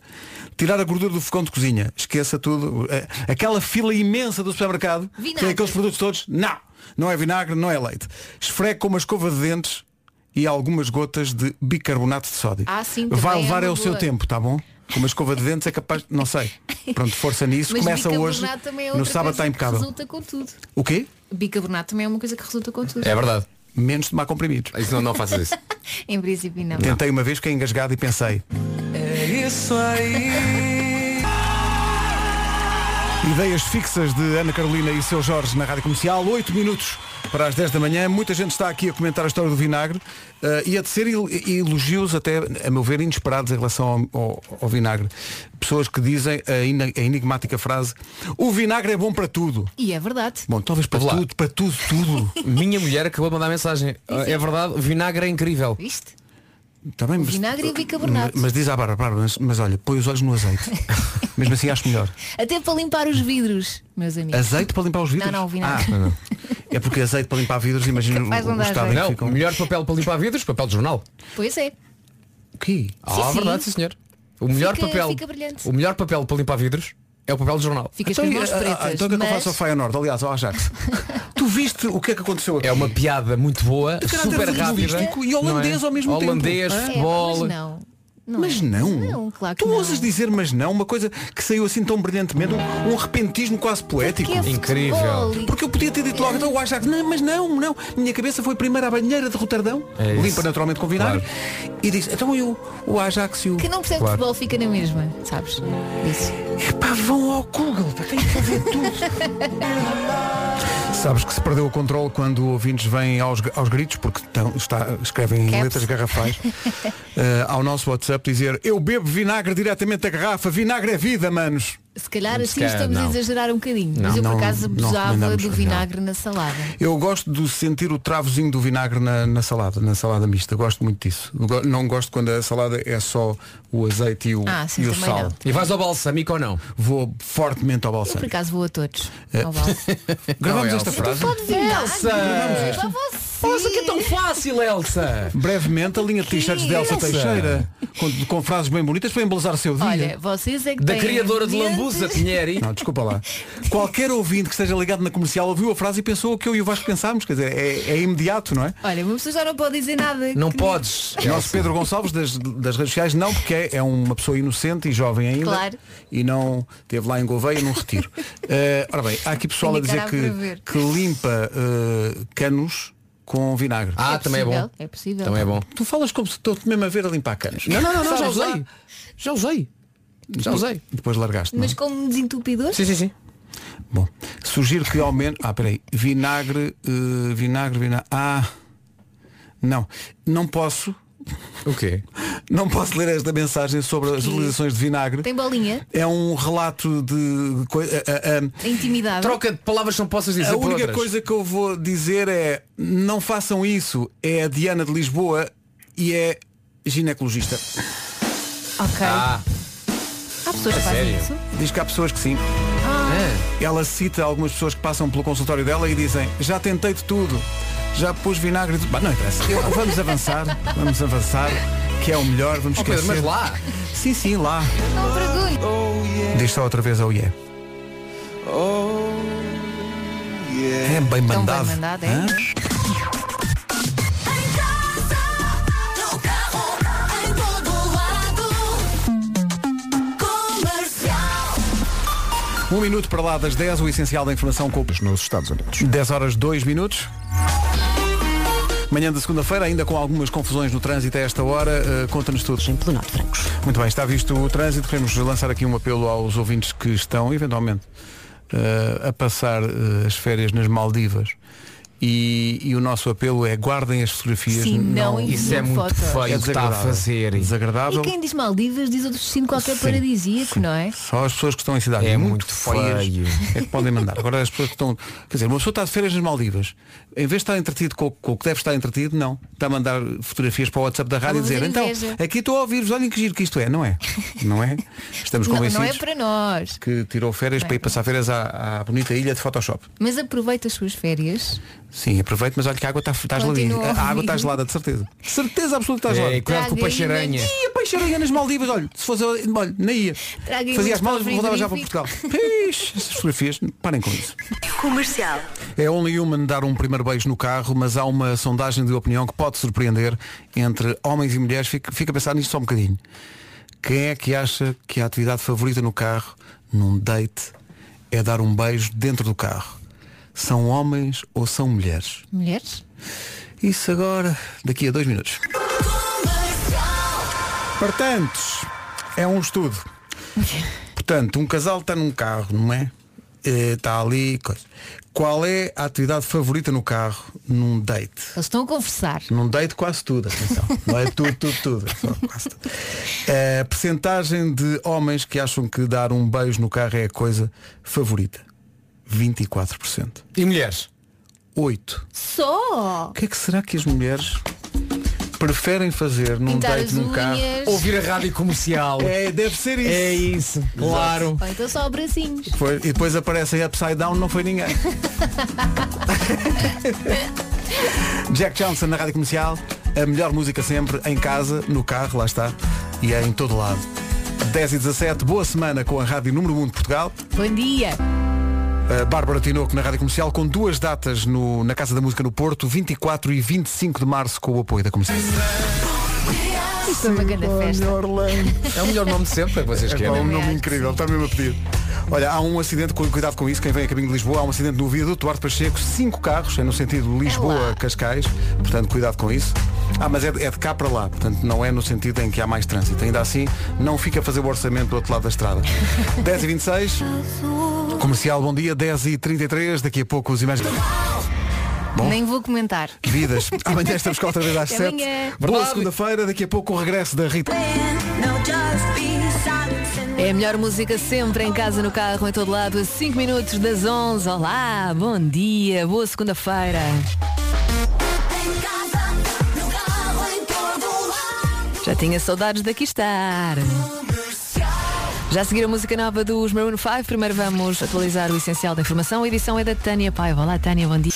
[SPEAKER 1] Tirar a gordura do fogão de cozinha. Esqueça tudo. Uh, Aquela fila imensa do supermercado.
[SPEAKER 2] Vinagre.
[SPEAKER 1] Tem aqueles produtos todos. Não! Não é vinagre, não é leite. Esfregue com uma escova de dentes e algumas gotas de bicarbonato de sódio.
[SPEAKER 2] Ah, sim, também
[SPEAKER 1] Vai
[SPEAKER 2] é
[SPEAKER 1] levar
[SPEAKER 2] uma
[SPEAKER 1] é o seu
[SPEAKER 2] boa.
[SPEAKER 1] tempo, tá bom? Com uma escova de dentes é capaz. Não sei. Pronto, força nisso.
[SPEAKER 2] Mas
[SPEAKER 1] Começa hoje.
[SPEAKER 2] bicarbonato também é
[SPEAKER 1] no
[SPEAKER 2] outra
[SPEAKER 1] sábado
[SPEAKER 2] coisa
[SPEAKER 1] está impecável.
[SPEAKER 2] Que resulta com tudo.
[SPEAKER 1] O quê?
[SPEAKER 2] Bicarbonato também é uma coisa que resulta com tudo.
[SPEAKER 4] É verdade.
[SPEAKER 1] Menos tomar comprimidos.
[SPEAKER 4] Isso não, não faças isso.
[SPEAKER 2] Em princípio não.
[SPEAKER 1] Tentei uma vez, fiquei engasgado e pensei.
[SPEAKER 4] É
[SPEAKER 1] Ideias fixas de Ana Carolina e seu Jorge na Rádio Comercial, 8 minutos para as 10 da manhã. Muita gente está aqui a comentar a história do vinagre eh, e a tecer el- elogios até, a meu ver, inesperados em relação ao, ao- ao vinagre. Pessoas que dizem a, ina- a enigmática frase, o vinagre é bom para tudo.
[SPEAKER 2] E é verdade.
[SPEAKER 1] Bom, talvez para
[SPEAKER 4] Vamos lá.
[SPEAKER 1] tudo, para tudo, tudo.
[SPEAKER 4] Minha mulher acabou de mandar mensagem. Ah, É verdade, vinagre é incrível.
[SPEAKER 2] Viste?
[SPEAKER 1] Também, Tá mas,
[SPEAKER 2] Vinagre e bicarbonato.
[SPEAKER 1] Mas, mas diz à Bárbara, Bárbara, mas, mas olha, põe os olhos no azeite. Mesmo assim acho melhor.
[SPEAKER 2] Até para limpar os vidros, meus amigos.
[SPEAKER 1] Azeite para limpar os vidros?
[SPEAKER 2] Não, não, vinagre.
[SPEAKER 1] Ah, é porque azeite para limpar vidros, imagina o,
[SPEAKER 2] Capaz de não
[SPEAKER 1] o
[SPEAKER 2] dar
[SPEAKER 1] estado em que
[SPEAKER 4] Não,
[SPEAKER 1] ficam.
[SPEAKER 4] melhor papel para limpar vidros, papel de jornal.
[SPEAKER 2] Pois é.
[SPEAKER 1] O quê?
[SPEAKER 4] Ah,
[SPEAKER 2] sim.
[SPEAKER 4] verdade, sim senhor. O melhor
[SPEAKER 2] Fica-
[SPEAKER 4] papel.
[SPEAKER 2] fica brilhante.
[SPEAKER 4] o melhor papel para limpar vidros é o papel de jornal.
[SPEAKER 2] Ficas com as mãos
[SPEAKER 1] ah, ah,
[SPEAKER 2] pretas.
[SPEAKER 1] então o que é que eu
[SPEAKER 2] mas
[SPEAKER 1] faço ao Feyenoord? Aliás, ao Ajax. tu viste o que é que aconteceu aqui?
[SPEAKER 4] É uma piada muito boa,
[SPEAKER 1] De caráter
[SPEAKER 4] super rápida.
[SPEAKER 1] linguístico e holandês
[SPEAKER 4] não é?
[SPEAKER 1] ao mesmo tempo.
[SPEAKER 4] holandês,
[SPEAKER 1] É, mas
[SPEAKER 2] É,
[SPEAKER 4] futebol.
[SPEAKER 2] mas não. não
[SPEAKER 1] Mas
[SPEAKER 2] é.
[SPEAKER 1] não.
[SPEAKER 2] Não, claro que
[SPEAKER 1] tu
[SPEAKER 2] não.
[SPEAKER 1] ousas dizer mas não, uma coisa que saiu assim tão brilhantemente, um, um repentismo quase poético.
[SPEAKER 2] Que é
[SPEAKER 4] Incrível.
[SPEAKER 2] futebol e-
[SPEAKER 1] Porque eu podia ter dito logo então o Ajax, não, mas não, não. Minha cabeça foi primeiro à banheira de Roterdão,
[SPEAKER 4] É isso.
[SPEAKER 1] limpa naturalmente com vinagre, e disse, então eu, o Ajax e o.
[SPEAKER 2] Quem não percebe
[SPEAKER 4] Claro.
[SPEAKER 2] futebol fica na mesma, sabes? Isso.
[SPEAKER 1] Epá, vão ao Google, pá, tem que ver tudo. Sabes que se perdeu o controle quando ouvintes vêm aos, aos gritos, porque estão, está, escrevem
[SPEAKER 2] Caps.
[SPEAKER 1] letras garrafais, eh, ao nosso WhatsApp dizer eu bebo vinagre diretamente da garrafa, vinagre é vida, manos.
[SPEAKER 2] Se calhar
[SPEAKER 4] Se
[SPEAKER 2] assim
[SPEAKER 4] calhar
[SPEAKER 2] estamos a
[SPEAKER 4] não.
[SPEAKER 2] exagerar um bocadinho. mas eu
[SPEAKER 1] Não,
[SPEAKER 2] por acaso
[SPEAKER 1] não
[SPEAKER 2] abusava
[SPEAKER 1] recomendamos,
[SPEAKER 2] do
[SPEAKER 1] não.
[SPEAKER 2] vinagre na salada.
[SPEAKER 1] Eu gosto de sentir o travozinho do vinagre na, na salada, na salada mista, gosto muito disso. Go- Não gosto quando a salada é só o azeite e o,
[SPEAKER 2] Ah, sim,
[SPEAKER 1] e o
[SPEAKER 2] também
[SPEAKER 1] sal.
[SPEAKER 2] não.
[SPEAKER 4] E vais ao balsâmico ou não?
[SPEAKER 1] Vou fortemente ao
[SPEAKER 2] Eu por
[SPEAKER 1] balsâmico. É.
[SPEAKER 2] acaso vou a todos. Ao balde.
[SPEAKER 1] Gravamos
[SPEAKER 4] Não, é
[SPEAKER 1] esta
[SPEAKER 4] Elsa.
[SPEAKER 1] frase.
[SPEAKER 2] Pode vinagre.
[SPEAKER 4] Elsa!
[SPEAKER 2] Para você.
[SPEAKER 4] que é tão fácil, Elsa?
[SPEAKER 1] Brevemente, a linha de t-shirts de Elsa
[SPEAKER 2] Elsa?
[SPEAKER 1] Teixeira, com, com frases bem bonitas para embelezar o seu dia.
[SPEAKER 2] Olha, vocês é que
[SPEAKER 1] Da
[SPEAKER 2] têm
[SPEAKER 1] criadora de
[SPEAKER 2] dentes.
[SPEAKER 1] Lambuza, Pinheiro. Não, desculpa lá. Qualquer ouvinte que esteja ligado na comercial ouviu a frase e pensou o que eu e o Vasco pensámos. Quer dizer, é, é imediato, não é?
[SPEAKER 2] Olha, uma pessoa já não é pode dizer nada.
[SPEAKER 1] Não
[SPEAKER 2] Que-
[SPEAKER 1] podes. É Nosso Pedro Gonçalves das, das redes sociais, não, porque é, é uma pessoa inocente e jovem ainda.
[SPEAKER 2] Claro.
[SPEAKER 1] E não teve lá em Gouveia num retiro. Eh, ora bem, há aqui pessoal a
[SPEAKER 2] Tenho
[SPEAKER 1] dizer
[SPEAKER 2] cara a
[SPEAKER 1] que,
[SPEAKER 2] ferver.
[SPEAKER 1] que limpa eh, canos com vinagre.
[SPEAKER 4] Ah, também é bom.
[SPEAKER 2] É possível.
[SPEAKER 4] Também é bom.
[SPEAKER 1] Tu falas como se estou-te mesmo a ver a limpar canos.
[SPEAKER 4] Não, não, não, não, já
[SPEAKER 2] Sabes lá?
[SPEAKER 4] usei. Já usei. Já usei.
[SPEAKER 1] Depois largaste. não é?
[SPEAKER 2] Mas como um desentupidor?
[SPEAKER 4] Sim, sim, sim.
[SPEAKER 1] Sugiro que aumente. Ah, peraí. Vinagre, eh, vinagre, vinagre. Ah. Não. Não posso.
[SPEAKER 4] O quê?
[SPEAKER 1] Não posso ler esta mensagem sobre as utilizações de vinagre.
[SPEAKER 2] Tem bolinha?
[SPEAKER 1] É um relato de. coi- a- a- a-
[SPEAKER 2] É intimidade.
[SPEAKER 4] de palavras não possas
[SPEAKER 1] a
[SPEAKER 4] por
[SPEAKER 1] única
[SPEAKER 4] outras.
[SPEAKER 1] coisa que eu vou dizer é não façam isso. É a Diana de Lisboa e é ginecologista.
[SPEAKER 2] Ok.
[SPEAKER 4] Ah.
[SPEAKER 2] Há pessoas que fazem isso.
[SPEAKER 1] Diz que há pessoas que sim.
[SPEAKER 4] É,
[SPEAKER 1] Ela cita algumas pessoas que passam pelo consultório dela e dizem já tentei de tudo, já pus vinagre. De... Bah, não interessa. Eu- vamos avançar, vamos avançar, que é o melhor. Vamos
[SPEAKER 4] Oh, Pedro,
[SPEAKER 1] esquecer.
[SPEAKER 4] mas lá.
[SPEAKER 1] Sim, sim, lá.
[SPEAKER 2] Não pergunto.
[SPEAKER 1] Diz só outra vez ao IE. É bem
[SPEAKER 2] Oh, Tão
[SPEAKER 1] mandado.
[SPEAKER 2] bem mandado, é?
[SPEAKER 1] Hã? Um minuto para lá das 10, o essencial da informação com
[SPEAKER 5] nos Estados Unidos.
[SPEAKER 1] 10 horas 2 minutos. Manhã da segunda-feira, ainda com algumas confusões no trânsito a esta hora, eh, conta-nos tudo. Em
[SPEAKER 3] pelo Norte Francos.
[SPEAKER 1] Muito bem, está visto o trânsito. Queremos lançar aqui um apelo aos ouvintes que estão, eventualmente, eh, a passar eh, as férias nas Maldivas. E, e o nosso apelo é guardem as fotografias.
[SPEAKER 2] Sim, não enviem
[SPEAKER 4] Isso é muito fotos. feio o que está a
[SPEAKER 1] desagradável.
[SPEAKER 4] fazer. É, Ah,
[SPEAKER 1] Desagradável.
[SPEAKER 2] E quem diz Maldivas diz outro destino qualquer paradisíaco, não é?
[SPEAKER 1] Só as pessoas que estão em cidades
[SPEAKER 4] É
[SPEAKER 1] muito,
[SPEAKER 4] muito
[SPEAKER 1] feias
[SPEAKER 4] feio.
[SPEAKER 1] é que podem mandar. Agora as pessoas que estão. Quer dizer, uma pessoa está de férias nas Maldivas, em vez de estar entretido com, o- com o que deve estar entretido, não. Está a mandar fotografias para o WhatsApp da rádio e
[SPEAKER 2] Vamos
[SPEAKER 1] dizer,
[SPEAKER 2] ter
[SPEAKER 1] então,
[SPEAKER 2] inveja."
[SPEAKER 1] aqui estou a ouvir-vos, olhem que giro que isto é, não é? Não é? Estamos
[SPEAKER 2] Não,
[SPEAKER 1] convencidos
[SPEAKER 2] não é para nós.
[SPEAKER 1] que tirou férias
[SPEAKER 2] Não é
[SPEAKER 1] para ir passar férias à, à bonita ilha de Photoshop.
[SPEAKER 2] Mas aproveita as suas férias.
[SPEAKER 1] Sim, aproveito, mas olha que a água está, está geladinha.
[SPEAKER 2] Continua a
[SPEAKER 1] A, água está
[SPEAKER 2] ouvir.
[SPEAKER 1] gelada, de certeza. De certeza absoluta está
[SPEAKER 4] É,
[SPEAKER 1] gelada.
[SPEAKER 4] e cuidado com o peixaranha.
[SPEAKER 1] Ih, a peixaranha nas Maldivas, olha, se fosse olha, na ia.
[SPEAKER 2] Traga aí
[SPEAKER 1] Fazia
[SPEAKER 2] muito
[SPEAKER 1] as malas
[SPEAKER 2] para
[SPEAKER 1] e
[SPEAKER 2] o
[SPEAKER 1] voltava já para
[SPEAKER 2] frigorífico.
[SPEAKER 1] Portugal. Pish, essas fotografias, parem com isso.
[SPEAKER 14] Comercial.
[SPEAKER 1] É Only Human dar um primeiro beijo no carro, mas há uma sondagem de opinião que pode surpreender entre homens e mulheres. Fica, fica a pensar nisto só um bocadinho. Quem é que acha que a atividade favorita no carro, num date, é dar um beijo dentro do carro? São homens ou são mulheres?
[SPEAKER 2] Mulheres?
[SPEAKER 1] Isso agora, daqui a dois minutos. Portanto, é um estudo. Portanto, um casal está num carro, não é? Eh, Está ali. coisa. Qual é a atividade favorita no carro num date?
[SPEAKER 2] Eles estão a conversar.
[SPEAKER 1] Num date quase tudo, atenção. Não é tudo, tudo, tudo. é só quase tudo. Eh, A percentagem de homens que acham que dar um beijo no carro é a coisa favorita. 24%.
[SPEAKER 4] E mulheres?
[SPEAKER 1] 8%.
[SPEAKER 2] Só!
[SPEAKER 1] O que é que será que as mulheres preferem fazer num
[SPEAKER 2] Pintar
[SPEAKER 1] date
[SPEAKER 2] as
[SPEAKER 1] num carro?
[SPEAKER 2] unhas.
[SPEAKER 4] Ouvir a rádio comercial.
[SPEAKER 1] É, deve ser isso.
[SPEAKER 4] É isso, claro.
[SPEAKER 2] Ou então só bracinhos.
[SPEAKER 1] Foi- e depois aparecem upside down, não foi ninguém. Jack Johnson na rádio comercial, a melhor música sempre, em casa, no carro, lá está, e é em todo lado. 10 e 17, boa semana com a Rádio Número 1 de Portugal.
[SPEAKER 2] Bom dia!
[SPEAKER 1] A Bárbara Tinoco na Rádio Comercial com duas datas no- na Casa da Música no Porto, 24 e 25 de março, com o apoio da Comercial.
[SPEAKER 2] Isto é uma grande festa.
[SPEAKER 4] É o melhor nome de sempre, é que vocês
[SPEAKER 1] É um
[SPEAKER 4] querem.
[SPEAKER 1] nome incrível, está mesmo a pedir. Olha, há um acidente, cu- cuidado com isso, quem vem a caminho de Lisboa, há um acidente no viaduto Duarte Pacheco, cinco carros, é no sentido Lisboa-Cascais, portanto, cuidado com isso. Ah, mas é de, é de cá para lá, portanto, não é no sentido em que há mais trânsito. Ainda assim, não fica a fazer o orçamento do outro lado da estrada. 10 e 26 comercial, bom dia, 10 e 33 daqui a pouco os imagens... Bom.
[SPEAKER 2] Nem vou comentar.
[SPEAKER 1] Vidas, amanhã estamos cá outra vez às
[SPEAKER 2] Até
[SPEAKER 1] 7.
[SPEAKER 2] amanhã.
[SPEAKER 1] Boa
[SPEAKER 4] Verdade.
[SPEAKER 1] segunda-feira, daqui a pouco o regresso da Rita.
[SPEAKER 2] É a melhor música sempre, em casa, no carro, em todo lado, a 5 minutos das 11. Olá, bom dia, boa segunda-feira. Já tinha saudades daqui estar. Já a seguir a música nova dos Maroon 5, primeiro vamos atualizar o essencial da informação. A edição é da Tânia Paiva. Olá, Tânia, bom dia.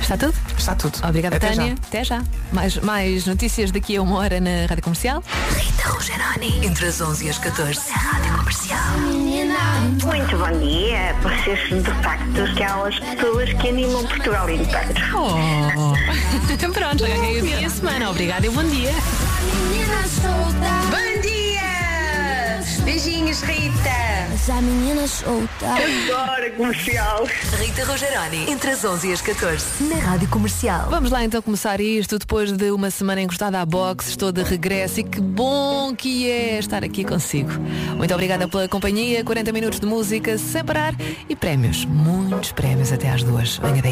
[SPEAKER 2] Está tudo?
[SPEAKER 19] Está tudo.
[SPEAKER 2] Obrigada,
[SPEAKER 19] Até
[SPEAKER 2] Tânia.
[SPEAKER 19] já.
[SPEAKER 2] Até já. Mais, mais notícias daqui a uma hora na Rádio Comercial. Rita Rogeroni. Entre as 11 e as 14. Rádio Comercial.
[SPEAKER 3] Muito bom dia. Vocês, de facto, que há as pessoas que animam Portugal inteiro.
[SPEAKER 2] Oh. Pronto, já ganhei o dia e a semana. Obrigada e bom dia.
[SPEAKER 12] Bom dia! Beijinhos, Rita!
[SPEAKER 3] Já menina solta.
[SPEAKER 12] Adoro comercial!
[SPEAKER 19] Rita Rogeroni. Entre as 11 e as 14. Na Rádio Comercial.
[SPEAKER 2] Vamos lá então começar isto. Depois de uma semana encostada à boxe, estou de regresso e que bom que é estar aqui consigo. Muito obrigada pela companhia. 40 minutos de música sem parar e prémios. Muitos prémios até às duas. Venha daí.